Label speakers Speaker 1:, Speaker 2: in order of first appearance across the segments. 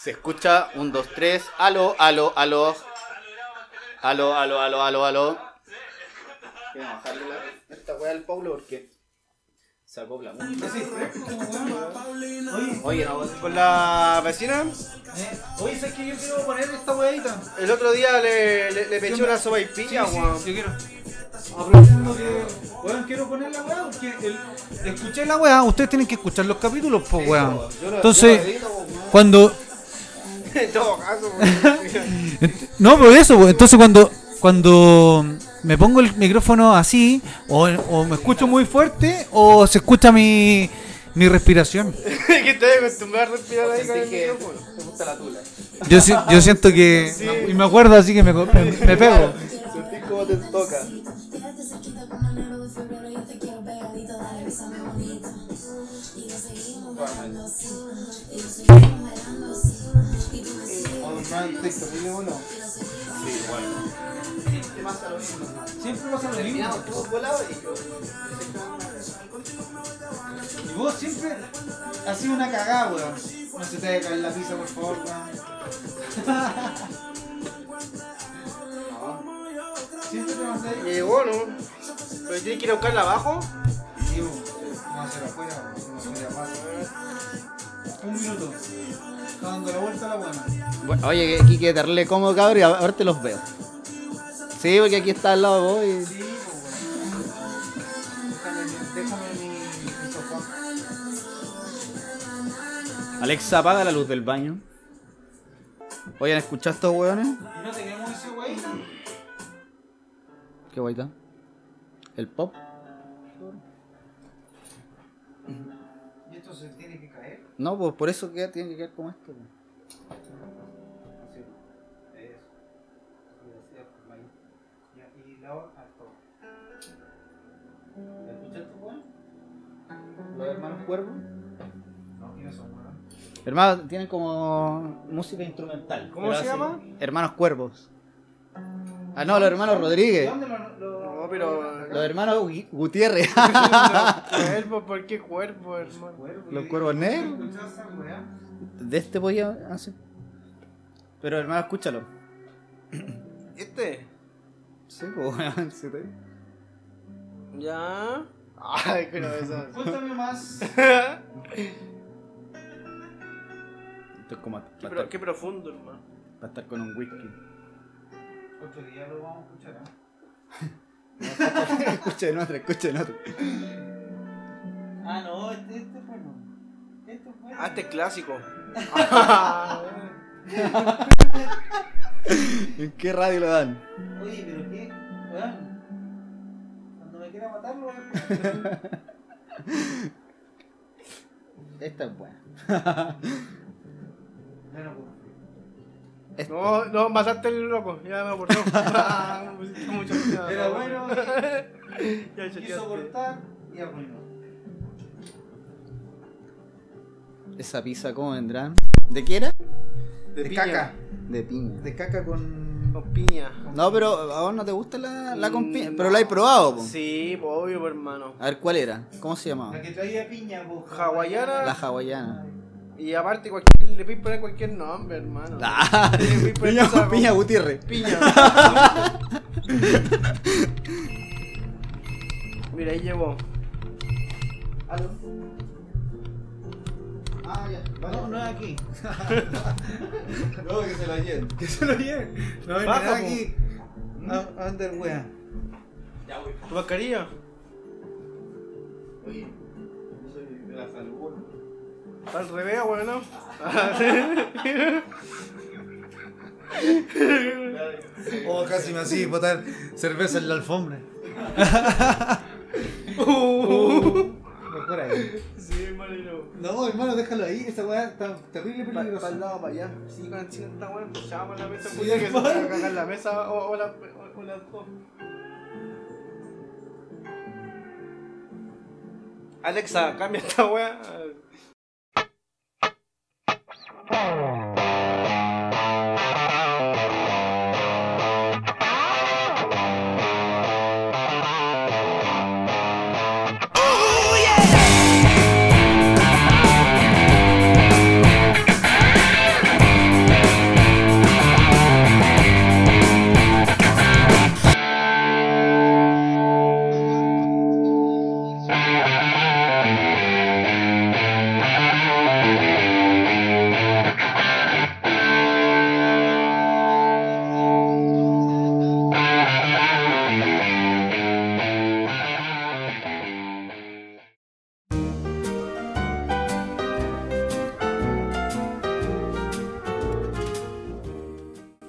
Speaker 1: Se escucha un, dos, tres. Aló, aló, aló. Aló, aló, aló, aló, aló. Quiero bajarle la- esta weá al Pablo porque se acopla mucho.
Speaker 2: Oye,
Speaker 1: Oye, no, vos-
Speaker 3: Con la vecina,
Speaker 2: eh, oye, ¿sabes que yo quiero poner esta huevita?
Speaker 3: el otro día le, le, le peché una sopa y
Speaker 2: Sí,
Speaker 3: pilla, weón.
Speaker 2: sí, yo quiero. Aprovechando que, weón, quiero poner la weá, porque el- escuché la weá, ustedes tienen que escuchar los capítulos, pues weón.
Speaker 1: yo lo- yo lo
Speaker 2: Entonces,
Speaker 1: edito, po, weón.
Speaker 2: cuando
Speaker 3: En todo caso, weón.
Speaker 2: Ent- No, pero eso, pues, entonces cuando cuando me pongo el micrófono así, o, o me escucho muy fuerte, o se escucha mi, mi respiración.
Speaker 3: que te acostumbrado a respirar ahí con
Speaker 1: Sentí
Speaker 3: el
Speaker 1: que
Speaker 3: micrófono.
Speaker 1: te gusta la tula.
Speaker 2: Yo, si- yo siento que... Y me acuerdo así que me, co- me, me pego.
Speaker 1: Sentí cómo te toca.
Speaker 2: Siempre pasa lo mismo.
Speaker 1: Tú volado y yo.
Speaker 2: Y vos siempre has sido una cagada, weón. No se te vaya a caer la pizza, por favor, weón. Siempre te vas a ir.
Speaker 3: Me llegó, ¿no? Eh, Pero tienes que ir a buscarla abajo.
Speaker 2: Sí, weón. No hacer afuera, weón. No hacer afuera. Un minuto. Está dando la vuelta a la buena.
Speaker 1: Bueno, oye, Kike, darle cómodo, cabrón, y a- ahora te los veo. Sí, porque aquí está al lado de vos
Speaker 2: Sí, pues, Déjame mi, mi sofá.
Speaker 1: y... Alexa, apaga la luz del baño. Oye, ¿han escuchado estos hueones?
Speaker 2: ¿Y no teníamos ese güey?
Speaker 1: Qué guaita. El pop.
Speaker 2: ¿Y esto se tiene que caer?
Speaker 1: No, pues por eso queda, tiene que quedar como esto. pues.
Speaker 2: Así. Eso. Y así, por ahí. Ya, Y la otra, esto.
Speaker 1: ¿Lo escuchaste, weón? Los hermanos cuervos.
Speaker 2: No, ¿quiénes son, weón?
Speaker 1: Hermanos, tienen como música instrumental.
Speaker 3: ¿Cómo
Speaker 1: pero
Speaker 3: se llama?
Speaker 1: Hermanos cuervos. Ah, no, los hermanos Rodríguez.
Speaker 2: ¿Dónde lo.? lo...
Speaker 3: No, pero.
Speaker 1: Los hermanos Gu- Gutiérrez.
Speaker 3: Cuerpo, ¿por qué cuerpo, hermano?
Speaker 2: Cuervo,
Speaker 1: Los
Speaker 2: yo-
Speaker 1: cuervos
Speaker 2: yo
Speaker 1: negros.
Speaker 2: escuchaba esa weá.
Speaker 1: De este podía hacer. Pero hermano, escúchalo.
Speaker 3: ¿Este?
Speaker 1: Sí, pues weón, sí, te-
Speaker 3: Ya. Ay, que no eso.
Speaker 2: Cuéntame más.
Speaker 1: Esto es como para
Speaker 3: Pero
Speaker 1: estar,
Speaker 3: qué profundo, hermano.
Speaker 1: pa' estar con un whisky.
Speaker 2: Otro día lo vamos a escuchar, ¿eh?
Speaker 1: escuchen otro, escuchen otro.
Speaker 2: Ah, no, este, este fue no. Este fue.
Speaker 3: Ah, este es clásico.
Speaker 1: ¿En qué radio lo dan?
Speaker 2: Oye, pero qué, weón. Cuando me quiera matarlo, weón.
Speaker 1: Esta es buena.
Speaker 2: Bueno, pues.
Speaker 1: Esta.
Speaker 3: No, no, mataste al loco, ya me aburrió. Ah, me pusiste mucho cuidado.
Speaker 2: Era bueno,
Speaker 3: Ya
Speaker 2: quiso
Speaker 3: choteaste.
Speaker 2: cortar y arruinó.
Speaker 1: Esa pizza, ¿cómo vendrá? ¿De qué era?
Speaker 3: De,
Speaker 2: De
Speaker 3: piña.
Speaker 2: caca.
Speaker 1: De piña.
Speaker 2: De caca con.
Speaker 3: Con piña.
Speaker 1: No, pero a vos no te gusta la, la con piña.
Speaker 3: Mm,
Speaker 1: Pero la he probado, po.
Speaker 3: Sí, po, obvio, po, hermano.
Speaker 1: A ver, ¿cuál era? ¿Cómo se llamaba?
Speaker 2: La que traía piña, po.
Speaker 3: Hawaiana.
Speaker 1: La hawaiana.
Speaker 3: Y aparte, cualquier, le puedes poner cualquier nombre, hermano.
Speaker 1: Ah,
Speaker 3: Le puedes poner
Speaker 1: piña,
Speaker 3: pizza
Speaker 1: piña
Speaker 3: con
Speaker 1: Gutiérrez.
Speaker 3: piña. Mira, ahí llegó.
Speaker 2: Aló. Ah, ya. No, no es aquí.
Speaker 1: No, que se la lleven.
Speaker 2: Que se lo lleve. No es
Speaker 3: Baja,
Speaker 2: nada
Speaker 3: po.
Speaker 2: aquí. Ah, Under wea.
Speaker 3: ¿Tu mascarilla?
Speaker 1: Oye, yo soy de la salud.
Speaker 3: Está al revés, bueno.
Speaker 2: Oh, casi me así botar cerveza en la alfombra. Uh. Mejor ahí.
Speaker 3: Sí, hermano.
Speaker 2: No, hermano, déjalo ahí. Esa weá está terrible
Speaker 3: Para
Speaker 2: peligrosa.
Speaker 3: el lado, para allá. Sí, con el chino está bueno. Llama la mesa,
Speaker 2: Sí,
Speaker 3: puta, que se
Speaker 2: hermano.
Speaker 3: va a cagar la mesa o, o la. O, o la o. Alexa, cambia esta wea.
Speaker 4: Ooh, yeah.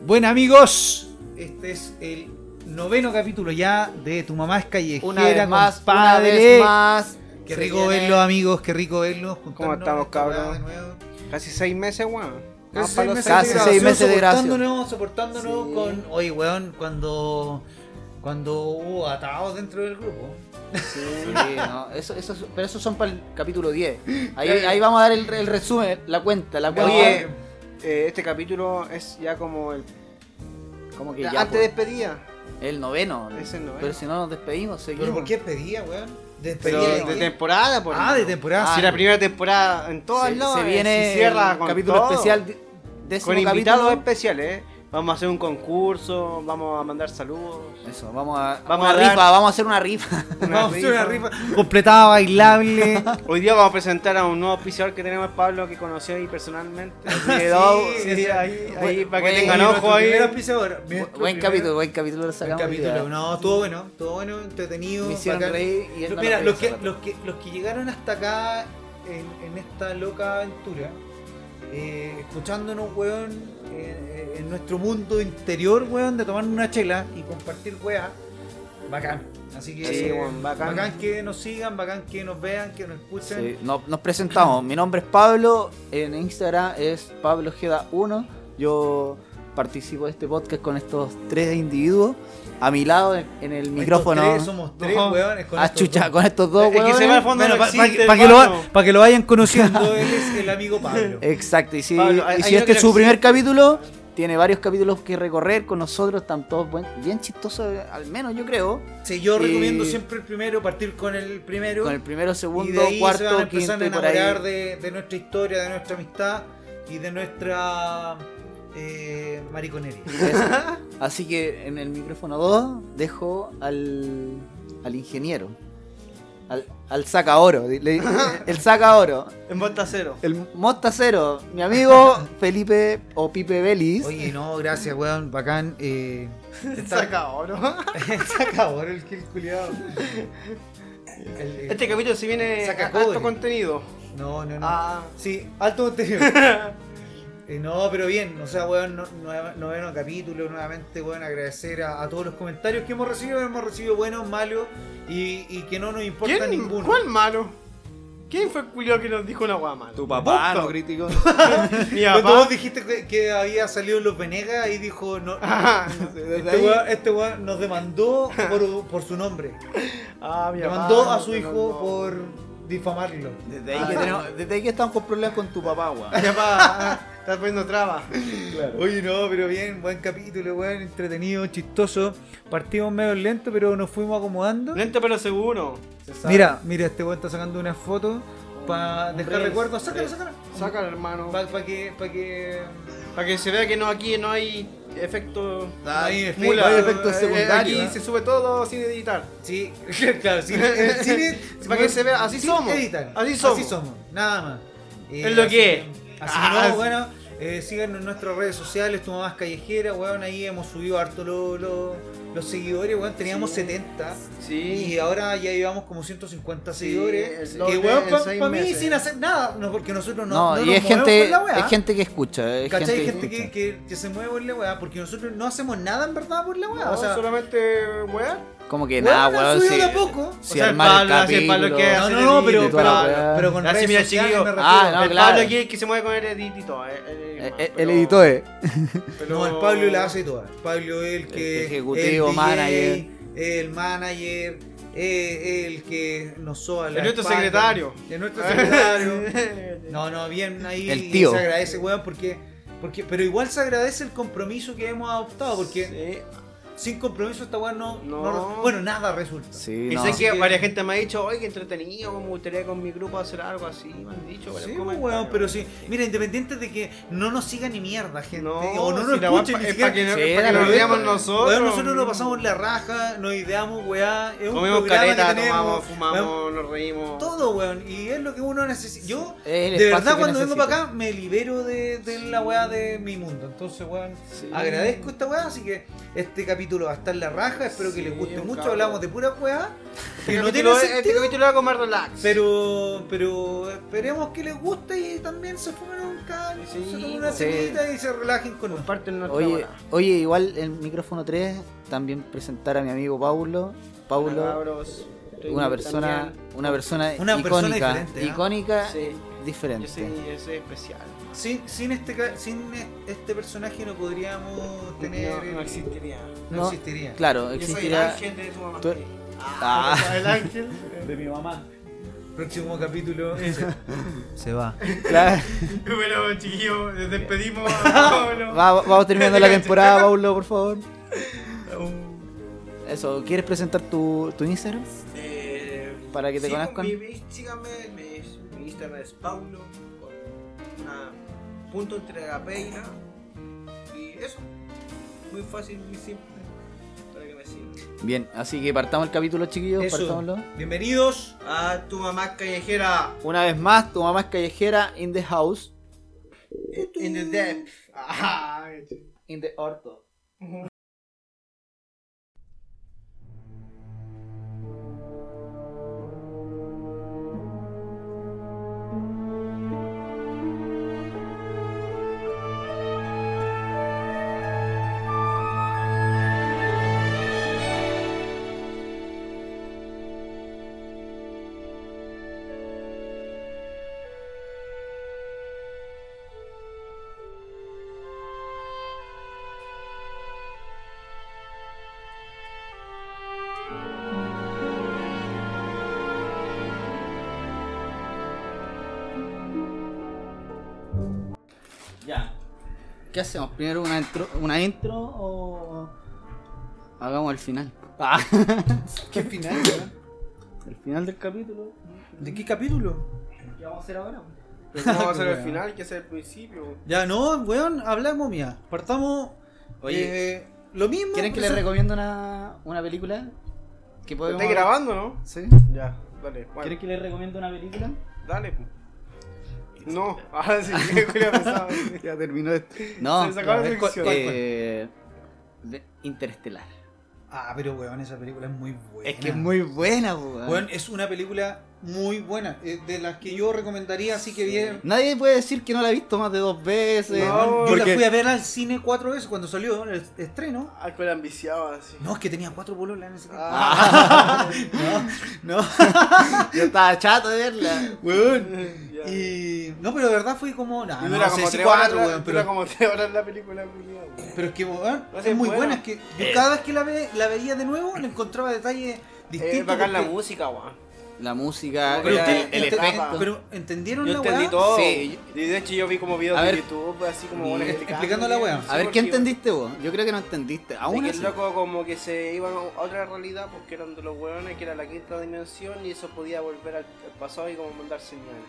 Speaker 2: Bueno amigos, este es el noveno capítulo ya de Tu mamá es callejera,
Speaker 1: Una vez más, una
Speaker 2: compadre.
Speaker 1: vez más.
Speaker 2: Qué
Speaker 1: se
Speaker 2: rico
Speaker 1: viene-
Speaker 2: verlos amigos, qué rico verlos. juntarnos
Speaker 3: estamos,
Speaker 2: esta weá
Speaker 3: cabrón?
Speaker 2: de nuevo.
Speaker 3: Casi seis meses, weón.
Speaker 2: Casi
Speaker 3: Más
Speaker 2: seis
Speaker 3: pa' los
Speaker 2: meses
Speaker 1: Casi
Speaker 2: de
Speaker 1: seis
Speaker 2: grabación,
Speaker 1: meses de grabación.
Speaker 2: Soportándonos, soportándonos
Speaker 1: Sí.
Speaker 2: con... Oye, weón, cuando, cuando hubo atados dentro del grupo.
Speaker 1: Sí, no, eso, eso, pero esos son para el capítulo 10. Ahí, ahí vamos a dar el, el resumen, la cuenta, la cuenta.
Speaker 3: Oye, eh, este capítulo es ya como el.
Speaker 1: como que
Speaker 3: Ya,
Speaker 1: ya,
Speaker 3: antes
Speaker 1: pues,
Speaker 3: despedía.
Speaker 1: el noveno.
Speaker 3: Es el noveno.
Speaker 1: Pero si no nos despedimos, seguimos.
Speaker 2: ¿Pero por qué pedía, weón?
Speaker 3: Pero
Speaker 2: Despedía,
Speaker 3: de
Speaker 2: ¿qué?
Speaker 3: temporada, por
Speaker 2: Ah, de temporada.
Speaker 1: Ah,
Speaker 3: Si la primera temporada en todos
Speaker 1: se,
Speaker 3: lados.
Speaker 1: se
Speaker 3: eh,
Speaker 1: viene
Speaker 3: si cierra
Speaker 1: el
Speaker 3: con
Speaker 1: capítulo
Speaker 3: todo.
Speaker 1: especial, di- décimo
Speaker 3: Con invitados
Speaker 1: capítulo.
Speaker 3: especiales, eh. Vamos a hacer un concurso, vamos a mandar saludos.
Speaker 1: Eso, vamos a,
Speaker 3: Vamos
Speaker 1: una
Speaker 3: a dar-
Speaker 1: rifa, vamos a hacer una rifa.
Speaker 2: Vamos a hacer una rifa completada, bailable.
Speaker 3: Hoy día vamos a presentar a un nuevo auspiciador que tenemos, Pablo, que conocí ahí personalmente. Así que
Speaker 2: Sí,
Speaker 3: no,
Speaker 2: sí,
Speaker 3: sí,
Speaker 2: sí.
Speaker 3: ahí,
Speaker 2: Bu-
Speaker 3: ahí para que
Speaker 1: bueno,
Speaker 3: tengan
Speaker 1: nuestro
Speaker 3: ojo ahí.
Speaker 1: Bu- buen capítulo, buen capítulo lo
Speaker 2: Buen
Speaker 1: sacamos. hoy día.
Speaker 2: capítulo, no, estuvo bueno, estuvo bueno, entretenido.
Speaker 1: Me hicieron
Speaker 2: bacán.
Speaker 1: reír y él
Speaker 2: Lo-
Speaker 1: no
Speaker 2: Mira,
Speaker 1: lo
Speaker 2: los
Speaker 1: hizo
Speaker 2: que,
Speaker 1: reír.
Speaker 2: los, que, los que llegaron hasta acá en, en esta loca aventura, eh, escuchándonos, weón, eh, en nuestro mundo interior, weón, de tomar una chela y compartir weá, bacán. Así que,
Speaker 3: Sí, weón, bacán.
Speaker 2: que nos sigan, bacán que nos vean, que nos escuchen.
Speaker 1: Sí, no- nos presentamos. Mi nombre es Pablo. En Instagram es Pablo Ojeda 1. Yo participo de este podcast con estos tres individuos. A mi lado, en, en el
Speaker 2: Estos
Speaker 1: micrófono.
Speaker 2: tres somos tres,
Speaker 3: Ajá.
Speaker 2: weones, con
Speaker 1: ah,
Speaker 2: estos
Speaker 1: chucha,
Speaker 2: dos.
Speaker 1: con estos dos,
Speaker 3: Es que se
Speaker 1: huevones.
Speaker 3: va al fondo.
Speaker 2: Bueno,
Speaker 3: no
Speaker 2: para que,
Speaker 3: existe,
Speaker 2: lo,
Speaker 3: hermano.
Speaker 2: va- pa' que lo vayan conociendo, él es el amigo Pablo.
Speaker 1: Exacto. Y si,
Speaker 3: Pablo, hay-
Speaker 1: y si
Speaker 3: hay uno
Speaker 1: este
Speaker 3: que
Speaker 1: es su
Speaker 3: no
Speaker 1: primer
Speaker 3: existe.
Speaker 1: capítulo, tiene varios capítulos que recorrer con nosotros. Están todos buen- bien chistosos, al menos yo creo.
Speaker 2: Sí, yo
Speaker 1: Y-
Speaker 2: recomiendo siempre el primero, partir con el primero.
Speaker 1: Con el primero, segundo,
Speaker 2: y de ahí
Speaker 1: cuarto,
Speaker 2: se van a
Speaker 1: quinto
Speaker 2: empezar a
Speaker 1: y por ahí.
Speaker 2: enamorar de, de nuestra historia, de nuestra amistad y de nuestra eh, mariconería.
Speaker 1: Así que en el micrófono 2 dejo al, al ingeniero. Al, al saca oro. le- el saca oro.
Speaker 3: En vuelta cero.
Speaker 1: El mostacero. Mi amigo Felipe o Pipe Belis.
Speaker 2: Oye, no, gracias, weón, bacán. Eh,
Speaker 3: Saca oro.
Speaker 2: saca oro el que el culiado.
Speaker 3: Este capítulo se viene
Speaker 2: Saca
Speaker 3: a- alto
Speaker 2: cobre.
Speaker 3: contenido.
Speaker 2: eh, No, no, no.
Speaker 3: Ah.
Speaker 2: Sí, alto contenido. Eh, no, pero bien, o sea, weón, no, nueva- noveno capítulo, nuevamente, weón, agradecer a, a todos los comentarios que hemos recibido, hemos recibido buenos, malos y, y que no nos importa
Speaker 3: ¿Quién?
Speaker 2: ninguno.
Speaker 3: ¿Cuál malo? ¿Quién fue el culiao que nos dijo una guama? mala? Vos,
Speaker 1: no criticó.
Speaker 3: Mi
Speaker 2: Cuando
Speaker 3: papá.
Speaker 2: vos dijiste que, que había salido Los Venegas y dijo, no,
Speaker 3: Ah,
Speaker 2: este weón este weón nos demandó por, por su nombre.
Speaker 3: ah, mi papá,
Speaker 2: Demandó a su
Speaker 3: no,
Speaker 2: hijo
Speaker 3: no.
Speaker 2: por difamarlo.
Speaker 1: Desde ahí, que tenemos- desde ahí que estamos con problemas con tu papá, weón.
Speaker 3: Mi papá, ah, estás poniendo trabas.
Speaker 2: Oye, no, pero bien, buen capítulo, weón, entretenido, chistoso. Partimos medio lento, pero nos fuimos acomodando.
Speaker 3: Lento pero seguro.
Speaker 2: Mira, mira, este weón está sacando una foto para
Speaker 3: un
Speaker 2: dejar
Speaker 3: reels,
Speaker 2: recuerdos. Sácalo,
Speaker 3: reels.
Speaker 2: sácalo.
Speaker 3: Sácalo, hermano.
Speaker 2: Para que. Pa que...
Speaker 3: Para que se vea que no aquí no hay efecto.
Speaker 2: No Ah, hay efecto-
Speaker 3: mula.
Speaker 2: no hay efecto
Speaker 3: Eh,
Speaker 2: secundario,
Speaker 3: Aquí
Speaker 2: ¿eh?
Speaker 3: se sube todo sin editar.
Speaker 2: Sí, claro, sí. el cine-
Speaker 3: Para que se vea, así
Speaker 2: Sí,
Speaker 3: somos.
Speaker 2: editan.
Speaker 3: Así somos.
Speaker 2: Nada más. Eh,
Speaker 3: Es lo
Speaker 2: así
Speaker 3: que es.
Speaker 2: Así
Speaker 3: Ah,
Speaker 2: que
Speaker 3: sí.
Speaker 2: no, bueno, eh, síganos en nuestras redes sociales, tu mamá es callejera, weón, ahí hemos subido harto lo- lo- los seguidores, weón, teníamos 70. Y
Speaker 3: Sí.
Speaker 2: ahora ya llevamos como 150
Speaker 3: Sí,
Speaker 2: seguidores.
Speaker 3: el
Speaker 2: Que
Speaker 3: doble
Speaker 2: weón,
Speaker 3: en
Speaker 2: para
Speaker 3: seis
Speaker 2: mí
Speaker 3: meses.
Speaker 2: sin hacer nada, no, porque nosotros no,
Speaker 1: No,
Speaker 2: no
Speaker 1: y
Speaker 2: nos
Speaker 1: es
Speaker 2: movemos
Speaker 1: gente,
Speaker 2: por la weá.
Speaker 1: es gente que escucha. Es
Speaker 2: ¿Cachai? Hay
Speaker 1: gente,
Speaker 2: gente
Speaker 1: que
Speaker 2: que,
Speaker 1: escucha.
Speaker 2: que, que se mueve por la weá, porque nosotros no hacemos nada en verdad por la weá.
Speaker 3: No,
Speaker 2: o sea,
Speaker 3: Ah, solamente weá.
Speaker 1: Como que
Speaker 2: Weón,
Speaker 1: nada,
Speaker 2: han
Speaker 1: weón.
Speaker 2: subido
Speaker 1: sí.
Speaker 2: de a poco.
Speaker 1: sí,
Speaker 3: O sea,
Speaker 1: armar el
Speaker 3: Pablo, así, Pablo,
Speaker 1: capítulo.
Speaker 3: que hace
Speaker 2: No, no,
Speaker 3: el
Speaker 2: no,
Speaker 3: edit
Speaker 2: pero,
Speaker 1: de toda la
Speaker 2: pero,
Speaker 1: weá.
Speaker 2: pero con
Speaker 3: Así,
Speaker 2: redes
Speaker 3: mira,
Speaker 2: sociales
Speaker 3: chiquillo.
Speaker 2: me refiero.
Speaker 1: Ah, no,
Speaker 3: el
Speaker 1: claro.
Speaker 3: Pablo aquí es el que se mueve con el editito. eh, el-
Speaker 1: Eh,
Speaker 3: más,
Speaker 1: eh, El
Speaker 3: pero-
Speaker 1: editor es.
Speaker 3: pero-
Speaker 2: No, el Pablo la hace toda. Pablo es el que.
Speaker 1: El ejecutivo,
Speaker 2: el
Speaker 1: manager.
Speaker 2: El manager. eh, El que nos soba la
Speaker 3: El nuestro
Speaker 2: espalda.
Speaker 3: secretario.
Speaker 2: El nuestro secretario. No, no, bien ahí.
Speaker 1: El tío.
Speaker 2: y Se agradece, weón, porque, porque. Pero igual se agradece el compromiso que hemos adoptado, porque
Speaker 3: Sí.
Speaker 2: sin compromiso esta weón no,
Speaker 3: No.
Speaker 2: no- Bueno, nada resulta.
Speaker 1: Sí,
Speaker 3: Y
Speaker 1: no.
Speaker 3: sé
Speaker 2: Así
Speaker 3: que,
Speaker 2: que-
Speaker 3: varias gente me ha dicho, oye, qué entretenido, como me gustaría con mi grupo hacer algo así, me han dicho. varios
Speaker 2: Sí, pues,
Speaker 3: comentarios.
Speaker 2: weón, pero sí. Mira, independiente de que no nos siga ni mierda, gente.
Speaker 3: No,
Speaker 2: o no nos
Speaker 3: si la weá
Speaker 2: escuche
Speaker 3: pa-
Speaker 2: ni
Speaker 3: es
Speaker 2: siquiera.
Speaker 3: pa' que no-
Speaker 1: Sí,
Speaker 3: es pa' que
Speaker 1: la
Speaker 3: nos
Speaker 1: weá-
Speaker 3: veamos
Speaker 2: nosotros.
Speaker 3: nosotros.
Speaker 2: nosotros nos pasamos la raja, nos ideamos, weá. Es un
Speaker 3: Comemos
Speaker 2: programa que
Speaker 3: careta,
Speaker 2: tenemos,
Speaker 3: tomamos,
Speaker 2: weón,
Speaker 3: fumamos, nos reímos.
Speaker 2: Todo, weón. Y es lo que uno necesita. Yo,
Speaker 1: Es el
Speaker 2: de
Speaker 1: espacio
Speaker 2: verdad,
Speaker 1: que
Speaker 2: cuando vengo
Speaker 1: necesita.
Speaker 2: para acá, me libero de, de la weá de mi mundo. Entonces, weón,
Speaker 1: Sí.
Speaker 2: agradezco esta weá. Así que este capítulo va a estar la raja, espero que
Speaker 3: Sí,
Speaker 2: les guste
Speaker 3: un
Speaker 2: mucho,
Speaker 3: cabrón.
Speaker 2: hablamos de pura cueva, que no tiene
Speaker 3: Este capítulo- Este
Speaker 2: sentido,
Speaker 3: capítulo era como más relax.
Speaker 2: pero, pero esperemos que les guste y también se fumen un caño,
Speaker 3: Sí,
Speaker 2: se tomen
Speaker 4: pues,
Speaker 2: una
Speaker 3: sí.
Speaker 2: cepita y se relajen con nosotros.
Speaker 3: Comparten nuestra
Speaker 4: Oye,
Speaker 3: bola.
Speaker 4: oye, igual el micrófono 3 también presentar a mi amigo Paulo. Paulo,
Speaker 3: Cabros, estoy
Speaker 4: una
Speaker 3: muy
Speaker 4: persona,
Speaker 3: también-
Speaker 4: una persona
Speaker 2: Una persona
Speaker 4: icónica,
Speaker 2: diferente, ¿eh?
Speaker 4: icónica,
Speaker 3: Sí. Yo
Speaker 4: diferente.
Speaker 3: soy, yo soy especial.
Speaker 2: Sin, sin, este, ca- sin este personaje no podríamos tener...
Speaker 3: No, no
Speaker 2: el-
Speaker 3: existiría.
Speaker 2: no
Speaker 4: No,
Speaker 2: existiría.
Speaker 4: Claro,
Speaker 3: Yo soy el
Speaker 4: existirá.
Speaker 3: ángel de tu mamá.
Speaker 4: tú-
Speaker 3: Ah, El ángel.
Speaker 2: De mi mamá. Próximo capítulo. Se va.
Speaker 4: Claro.
Speaker 3: Bueno, chiquillos, les despedimos. Vámonos.
Speaker 4: Va- vamos terminando la temporada, Paulo, por favor.
Speaker 3: Un-
Speaker 4: Eso, ¿quieres presentar tu, tu Instagram?
Speaker 3: eh,
Speaker 4: Para que te
Speaker 3: sí,
Speaker 4: conozcan.
Speaker 3: Mi, mi- síganme, mi, mi Instagram es Paulo con una punto entre la peina y eso. Muy fácil, muy simple para que me sigan.
Speaker 4: Bien, así que partamos el capítulo, chiquillos.
Speaker 2: Eso.
Speaker 4: Partámoslo.
Speaker 2: Bienvenidos.
Speaker 3: A tu mamá callejera.
Speaker 4: Una vez más, tu mamá es callejera in the house.
Speaker 3: In the depth. Ah,
Speaker 4: In the orto. Ya. ¿Qué hacemos? ¿Primero una intro, una intro o hagamos el final?
Speaker 2: ¿Qué final?
Speaker 4: El final del capítulo.
Speaker 2: ¿De qué capítulo?
Speaker 4: ¿Qué vamos a hacer ahora?
Speaker 3: Pero ¿cómo va a ser
Speaker 2: Bueno.
Speaker 3: el final, que es el principio.
Speaker 2: Ya no, weón, hablamos mía. Partamos.
Speaker 4: Oye.
Speaker 2: eh, lo mismo.
Speaker 4: ¿Quieren que les recomiende una, una película? Que podemos...
Speaker 3: ¿Estás grabando, no?
Speaker 4: ¿Sí?
Speaker 3: Ya, dale. bueno,
Speaker 4: ¿Quieren que les recomiende una película?
Speaker 3: Dale. po. No, ahora sí, Julio pesado.
Speaker 4: Ya terminó esto. No.
Speaker 3: Se sacó la
Speaker 4: claro,
Speaker 3: sección.
Speaker 4: es co- eh, de- Interestelar. Ah.
Speaker 2: Ah, pero weón, esa película es muy buena.
Speaker 4: Es que es muy buena, weón.
Speaker 2: Weón, es una película muy buena. eh, de las que yo recomendaría, así que bien.
Speaker 4: Nadie puede decir que no la ha visto más de dos veces.
Speaker 3: No,
Speaker 2: yo la
Speaker 4: porque-
Speaker 2: fui a ver al cine cuatro veces cuando salió el estreno.
Speaker 3: Algo era Ah, ambiciado así.
Speaker 2: No, es que tenía cuatro pololas en ese tiempo.
Speaker 3: Ah.
Speaker 2: No, no.
Speaker 4: Yo estaba chato de verla.
Speaker 2: Weón.
Speaker 3: Ya.
Speaker 2: Y. No, pero de verdad fue como. nah,
Speaker 3: Y
Speaker 2: Ah, no,
Speaker 3: dura
Speaker 2: sé
Speaker 3: como
Speaker 2: si
Speaker 3: tres horas
Speaker 2: cuatro,
Speaker 3: la-
Speaker 2: weón,
Speaker 3: dura
Speaker 2: pero,
Speaker 3: como tres horas la película, culiao, weón.
Speaker 2: pero es que, weón,
Speaker 3: No sé, Eh.
Speaker 2: es muy
Speaker 3: buena.
Speaker 2: buena. Es que yo cada vez que la, ve, la veía de nuevo le encontraba detalles distintos.
Speaker 3: Es Eh, bacán la
Speaker 2: porque-
Speaker 3: música, weón.
Speaker 4: La música,
Speaker 2: Pero,
Speaker 4: el,
Speaker 2: ustedes
Speaker 4: el
Speaker 2: enten-
Speaker 4: efecto.
Speaker 2: pero entendieron
Speaker 3: Yo
Speaker 2: la
Speaker 3: entendí
Speaker 2: weá.
Speaker 3: todo.
Speaker 4: Sí,
Speaker 3: Y de hecho yo vi como videos
Speaker 4: A
Speaker 3: de
Speaker 4: ver.
Speaker 3: YouTube, pues, así como
Speaker 4: Mm.
Speaker 3: bueno,
Speaker 2: Explicando la weá.
Speaker 4: a ver, ¿qué entendiste vos? Yo creo que no entendiste.
Speaker 3: De
Speaker 4: Aún
Speaker 3: que el
Speaker 4: así.
Speaker 3: loco como que se iban a otra realidad porque eran de los hueones que era la quinta dimensión y eso podía volver al, al pasado y como mandar señales.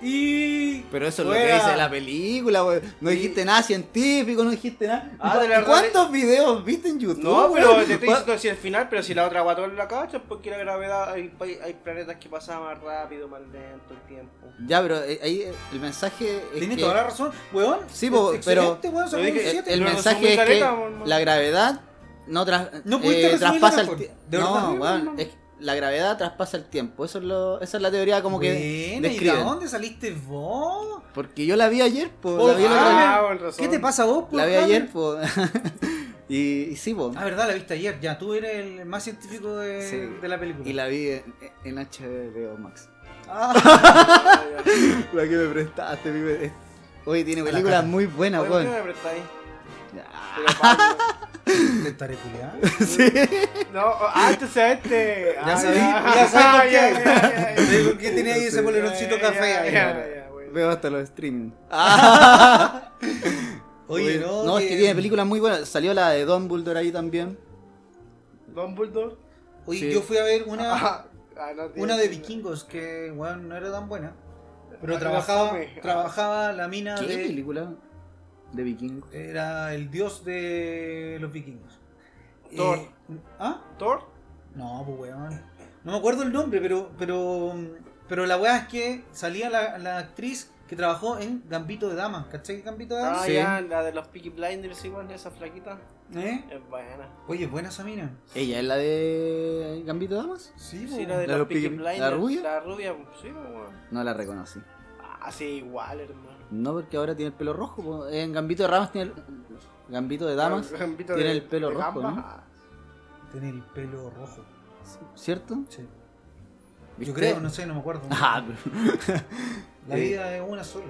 Speaker 2: Y.
Speaker 4: Pero eso es lo que
Speaker 2: Fuera.
Speaker 4: dice la película, weón. No
Speaker 3: Sí.
Speaker 4: dijiste nada científico, no dijiste nada.
Speaker 3: Ah, de la
Speaker 4: ¿Y
Speaker 3: verdad-
Speaker 4: ¿Cuántos videos viste en YouTube?
Speaker 3: No, pero
Speaker 4: weón?
Speaker 3: te estoy diciendo si el final, pero si la otra guatón la cacha, porque la gravedad, hay, hay, hay planetas que pasan más rápido, más lento el tiempo.
Speaker 4: Ya, pero eh, ahí eh, el mensaje es
Speaker 2: Tienes
Speaker 4: que
Speaker 2: toda la razón, weón. e-
Speaker 4: Sí, po,
Speaker 2: Excelente,
Speaker 4: pero-
Speaker 2: weón, sacó
Speaker 3: Yo
Speaker 2: un
Speaker 3: dije-
Speaker 4: el,
Speaker 2: siete.
Speaker 4: el
Speaker 3: Lo resumí
Speaker 4: mensaje es que
Speaker 3: caleta, mon- mon.
Speaker 4: la gravedad no, tras-
Speaker 2: No pudiste resumir
Speaker 4: traspasa el
Speaker 2: mejor,
Speaker 4: tie-
Speaker 2: de
Speaker 4: No,
Speaker 2: verdad.
Speaker 4: weón, es que la gravedad traspasa el tiempo. Eso es lo, esa es la teoría como que
Speaker 2: Buena, ¿y de
Speaker 4: describen.
Speaker 2: dónde saliste vos?
Speaker 4: Porque yo la vi ayer, pues.
Speaker 2: Oh,
Speaker 4: la vi el otro
Speaker 2: ah,
Speaker 4: día.
Speaker 3: con razón.
Speaker 2: ¿Qué te pasa a vos, po,
Speaker 4: La vi
Speaker 2: Javi?
Speaker 4: ayer, pues. y, y sí, pues.
Speaker 2: Ah, verdad, la viste ayer. Ya, tú eres el más científico de,
Speaker 4: Sí.
Speaker 2: de la película.
Speaker 4: Y la vi en, en HBO Max.
Speaker 2: Ah,
Speaker 4: La que me prestaste, pibe. Oye, tiene películas muy buenas,
Speaker 3: Oye, ¿por qué
Speaker 4: weón.
Speaker 3: me prestáis?
Speaker 4: Ah,
Speaker 3: Pero, Pablo.
Speaker 2: te estaré culiado.
Speaker 4: Sí.
Speaker 3: No, antes a este.
Speaker 2: Ya
Speaker 3: Ah,
Speaker 2: sabí, ya sabí por qué. Sabí por qué tenía ahí ese boleroncito café ahí, ahora.
Speaker 4: Veo hasta los streaming.
Speaker 2: Oye, no.
Speaker 4: No, es que tiene películas muy buenas. Salió la de Don Bulldor ahí también.
Speaker 3: Don Bulldor.
Speaker 2: Oye,
Speaker 4: Sí.
Speaker 2: yo fui a ver una,
Speaker 3: Ah, ah, no tiene-
Speaker 2: una de vikingos que, weón, no era tan buena. Pero
Speaker 3: Era
Speaker 2: trabajaba,
Speaker 3: fome.
Speaker 2: trabajaba la mina
Speaker 4: ¿Qué
Speaker 2: de.
Speaker 4: película? De vikingo.
Speaker 2: Era el dios de los vikingos.
Speaker 3: Thor.
Speaker 2: Eh, ¿Ah?
Speaker 3: Thor.
Speaker 2: No, pues weón. No me acuerdo el nombre, pero pero pero la weá es que salía la, la actriz que trabajó en Gambito de Dama. ¿Cachai Gambito de Dama?
Speaker 4: Sí.
Speaker 3: Ah, ya, la de los Peaky Blinders igual, esa flaquita,
Speaker 2: ¿Eh?
Speaker 3: es buena.
Speaker 2: Oye, buena esa mina.
Speaker 4: ¿Ella es la de Gambito de Damas?
Speaker 2: Sí,
Speaker 3: Sí,
Speaker 2: po.
Speaker 3: la de
Speaker 4: ¿La
Speaker 3: los
Speaker 4: de
Speaker 3: Peaky
Speaker 4: Peaky- la
Speaker 3: Blinders.
Speaker 4: rubia?
Speaker 3: La rubia, sí, weón.
Speaker 4: No la reconocí.
Speaker 3: Ah, sí, igual, hermano.
Speaker 4: No, porque ahora tiene el pelo rojo. po. En Gambito de Ramas tiene el... Gambito de Damas.
Speaker 3: Gambito
Speaker 4: tiene
Speaker 3: de-
Speaker 4: el pelo
Speaker 3: de
Speaker 4: rojo,
Speaker 3: gamba.
Speaker 4: ¿no?
Speaker 2: Tiene el pelo rojo.
Speaker 4: ¿Cierto?
Speaker 2: Sí.
Speaker 4: ¿Viste?
Speaker 2: Yo creo, no sé, no me acuerdo.
Speaker 4: Ah, pero-
Speaker 2: La vida es una sola.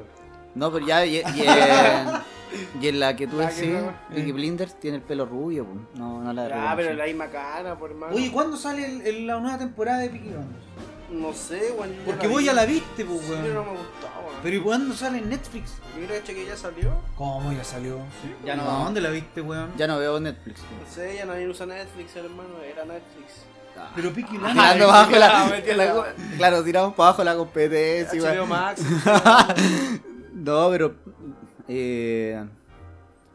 Speaker 4: No, pero ya... Y, y en, y en la que tú
Speaker 3: La que
Speaker 4: decís,
Speaker 3: no-
Speaker 4: Vicky Blinders tiene el pelo rubio. po. No, no la
Speaker 3: Ah,
Speaker 4: reconocí.
Speaker 3: pero la misma cara, por hermano.
Speaker 2: Oye, ¿cuándo sale el- el- la nueva temporada de Peaky Blinders?
Speaker 3: no sé, weón. yo
Speaker 2: Porque
Speaker 3: vi.
Speaker 2: vos ya la viste, pues,
Speaker 3: Sí, pero no
Speaker 2: weón.
Speaker 3: me gustó, weón.
Speaker 2: Pero ¿y cuándo sale en Netflix?
Speaker 3: Yo creo que ya salió.
Speaker 2: ¿Cómo ya salió?
Speaker 4: Ya no.
Speaker 2: ¿A ¿Dónde la viste, weón?
Speaker 4: Ya no veo Netflix. po.
Speaker 3: No sé, ya nadie usa Netflix, hermano. Era Netflix.
Speaker 4: Ah.
Speaker 2: Pero Peaky
Speaker 4: Tirando
Speaker 2: Blinders.
Speaker 4: para abajo
Speaker 3: Ah,
Speaker 4: la,
Speaker 3: mentira,
Speaker 4: la-
Speaker 3: weón.
Speaker 4: Claro, tiramos para abajo la competencia. weón.
Speaker 3: HBO Max.
Speaker 4: No, pero. eh,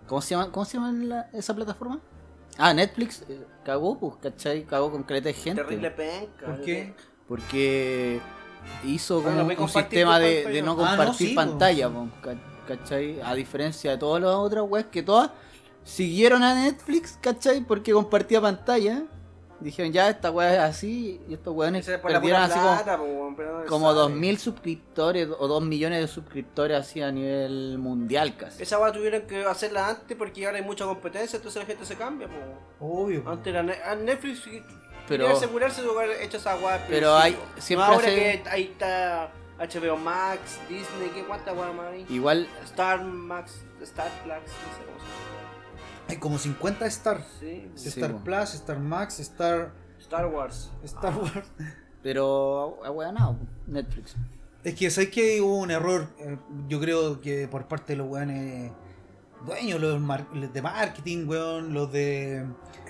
Speaker 4: ¿Cómo se llama, cómo se llama la- esa plataforma? Ah, Netflix eh, cagó, pues, ¿cachai? Cagó con caleta de gente.
Speaker 3: Terrible penca.
Speaker 2: ¿Por qué?
Speaker 4: Porque hizo
Speaker 3: Bueno,
Speaker 4: como
Speaker 3: voy a
Speaker 4: un
Speaker 3: compartir
Speaker 4: sistema
Speaker 3: tu
Speaker 4: de,
Speaker 3: pantalla.
Speaker 4: de
Speaker 3: Ah,
Speaker 4: no
Speaker 2: no,
Speaker 4: compartir
Speaker 2: sí, pues,
Speaker 4: pantalla, po, ca- ¿cachai? A diferencia de todas las otras webs que todas siguieron a Netflix, ¿cachai? Porque compartía pantalla. Dijeron, ya, esta web es así, y estos weones
Speaker 3: Ese es por la
Speaker 4: perdieron
Speaker 3: pura
Speaker 4: así como
Speaker 3: plata, po, weón, pero no le
Speaker 4: como
Speaker 3: sale.
Speaker 4: 2.000 suscriptores o 2 millones de suscriptores así a nivel mundial casi.
Speaker 3: Esa weá tuvieron que hacerla antes porque ahora hay mucha competencia, entonces la gente se cambia, po, weón.
Speaker 2: Obvio. po.
Speaker 3: Antes era Ne- a Netflix y-
Speaker 4: Pero-
Speaker 3: quería asegurarse de haber hecho esa weá. al
Speaker 4: Pero hay-
Speaker 3: principio. No
Speaker 4: siempre
Speaker 3: ahora
Speaker 4: hace-
Speaker 3: que ahí está HBO Max, Disney, ¿qué cuánta weá más hay?
Speaker 4: Igual,
Speaker 3: Star Max, Star Max, no sé cómo se llama.
Speaker 2: Hay como 50 Star.
Speaker 3: Sí,
Speaker 4: Sí,
Speaker 2: Star
Speaker 4: po.
Speaker 2: Plus, Star Max, Star,
Speaker 3: Star Wars.
Speaker 2: Star Wars.
Speaker 4: pero ahueonado, Netflix.
Speaker 2: Es que sabes que hubo un error, eh, yo creo que por parte de los weones dueños, los, mar- los de marketing, weón, los de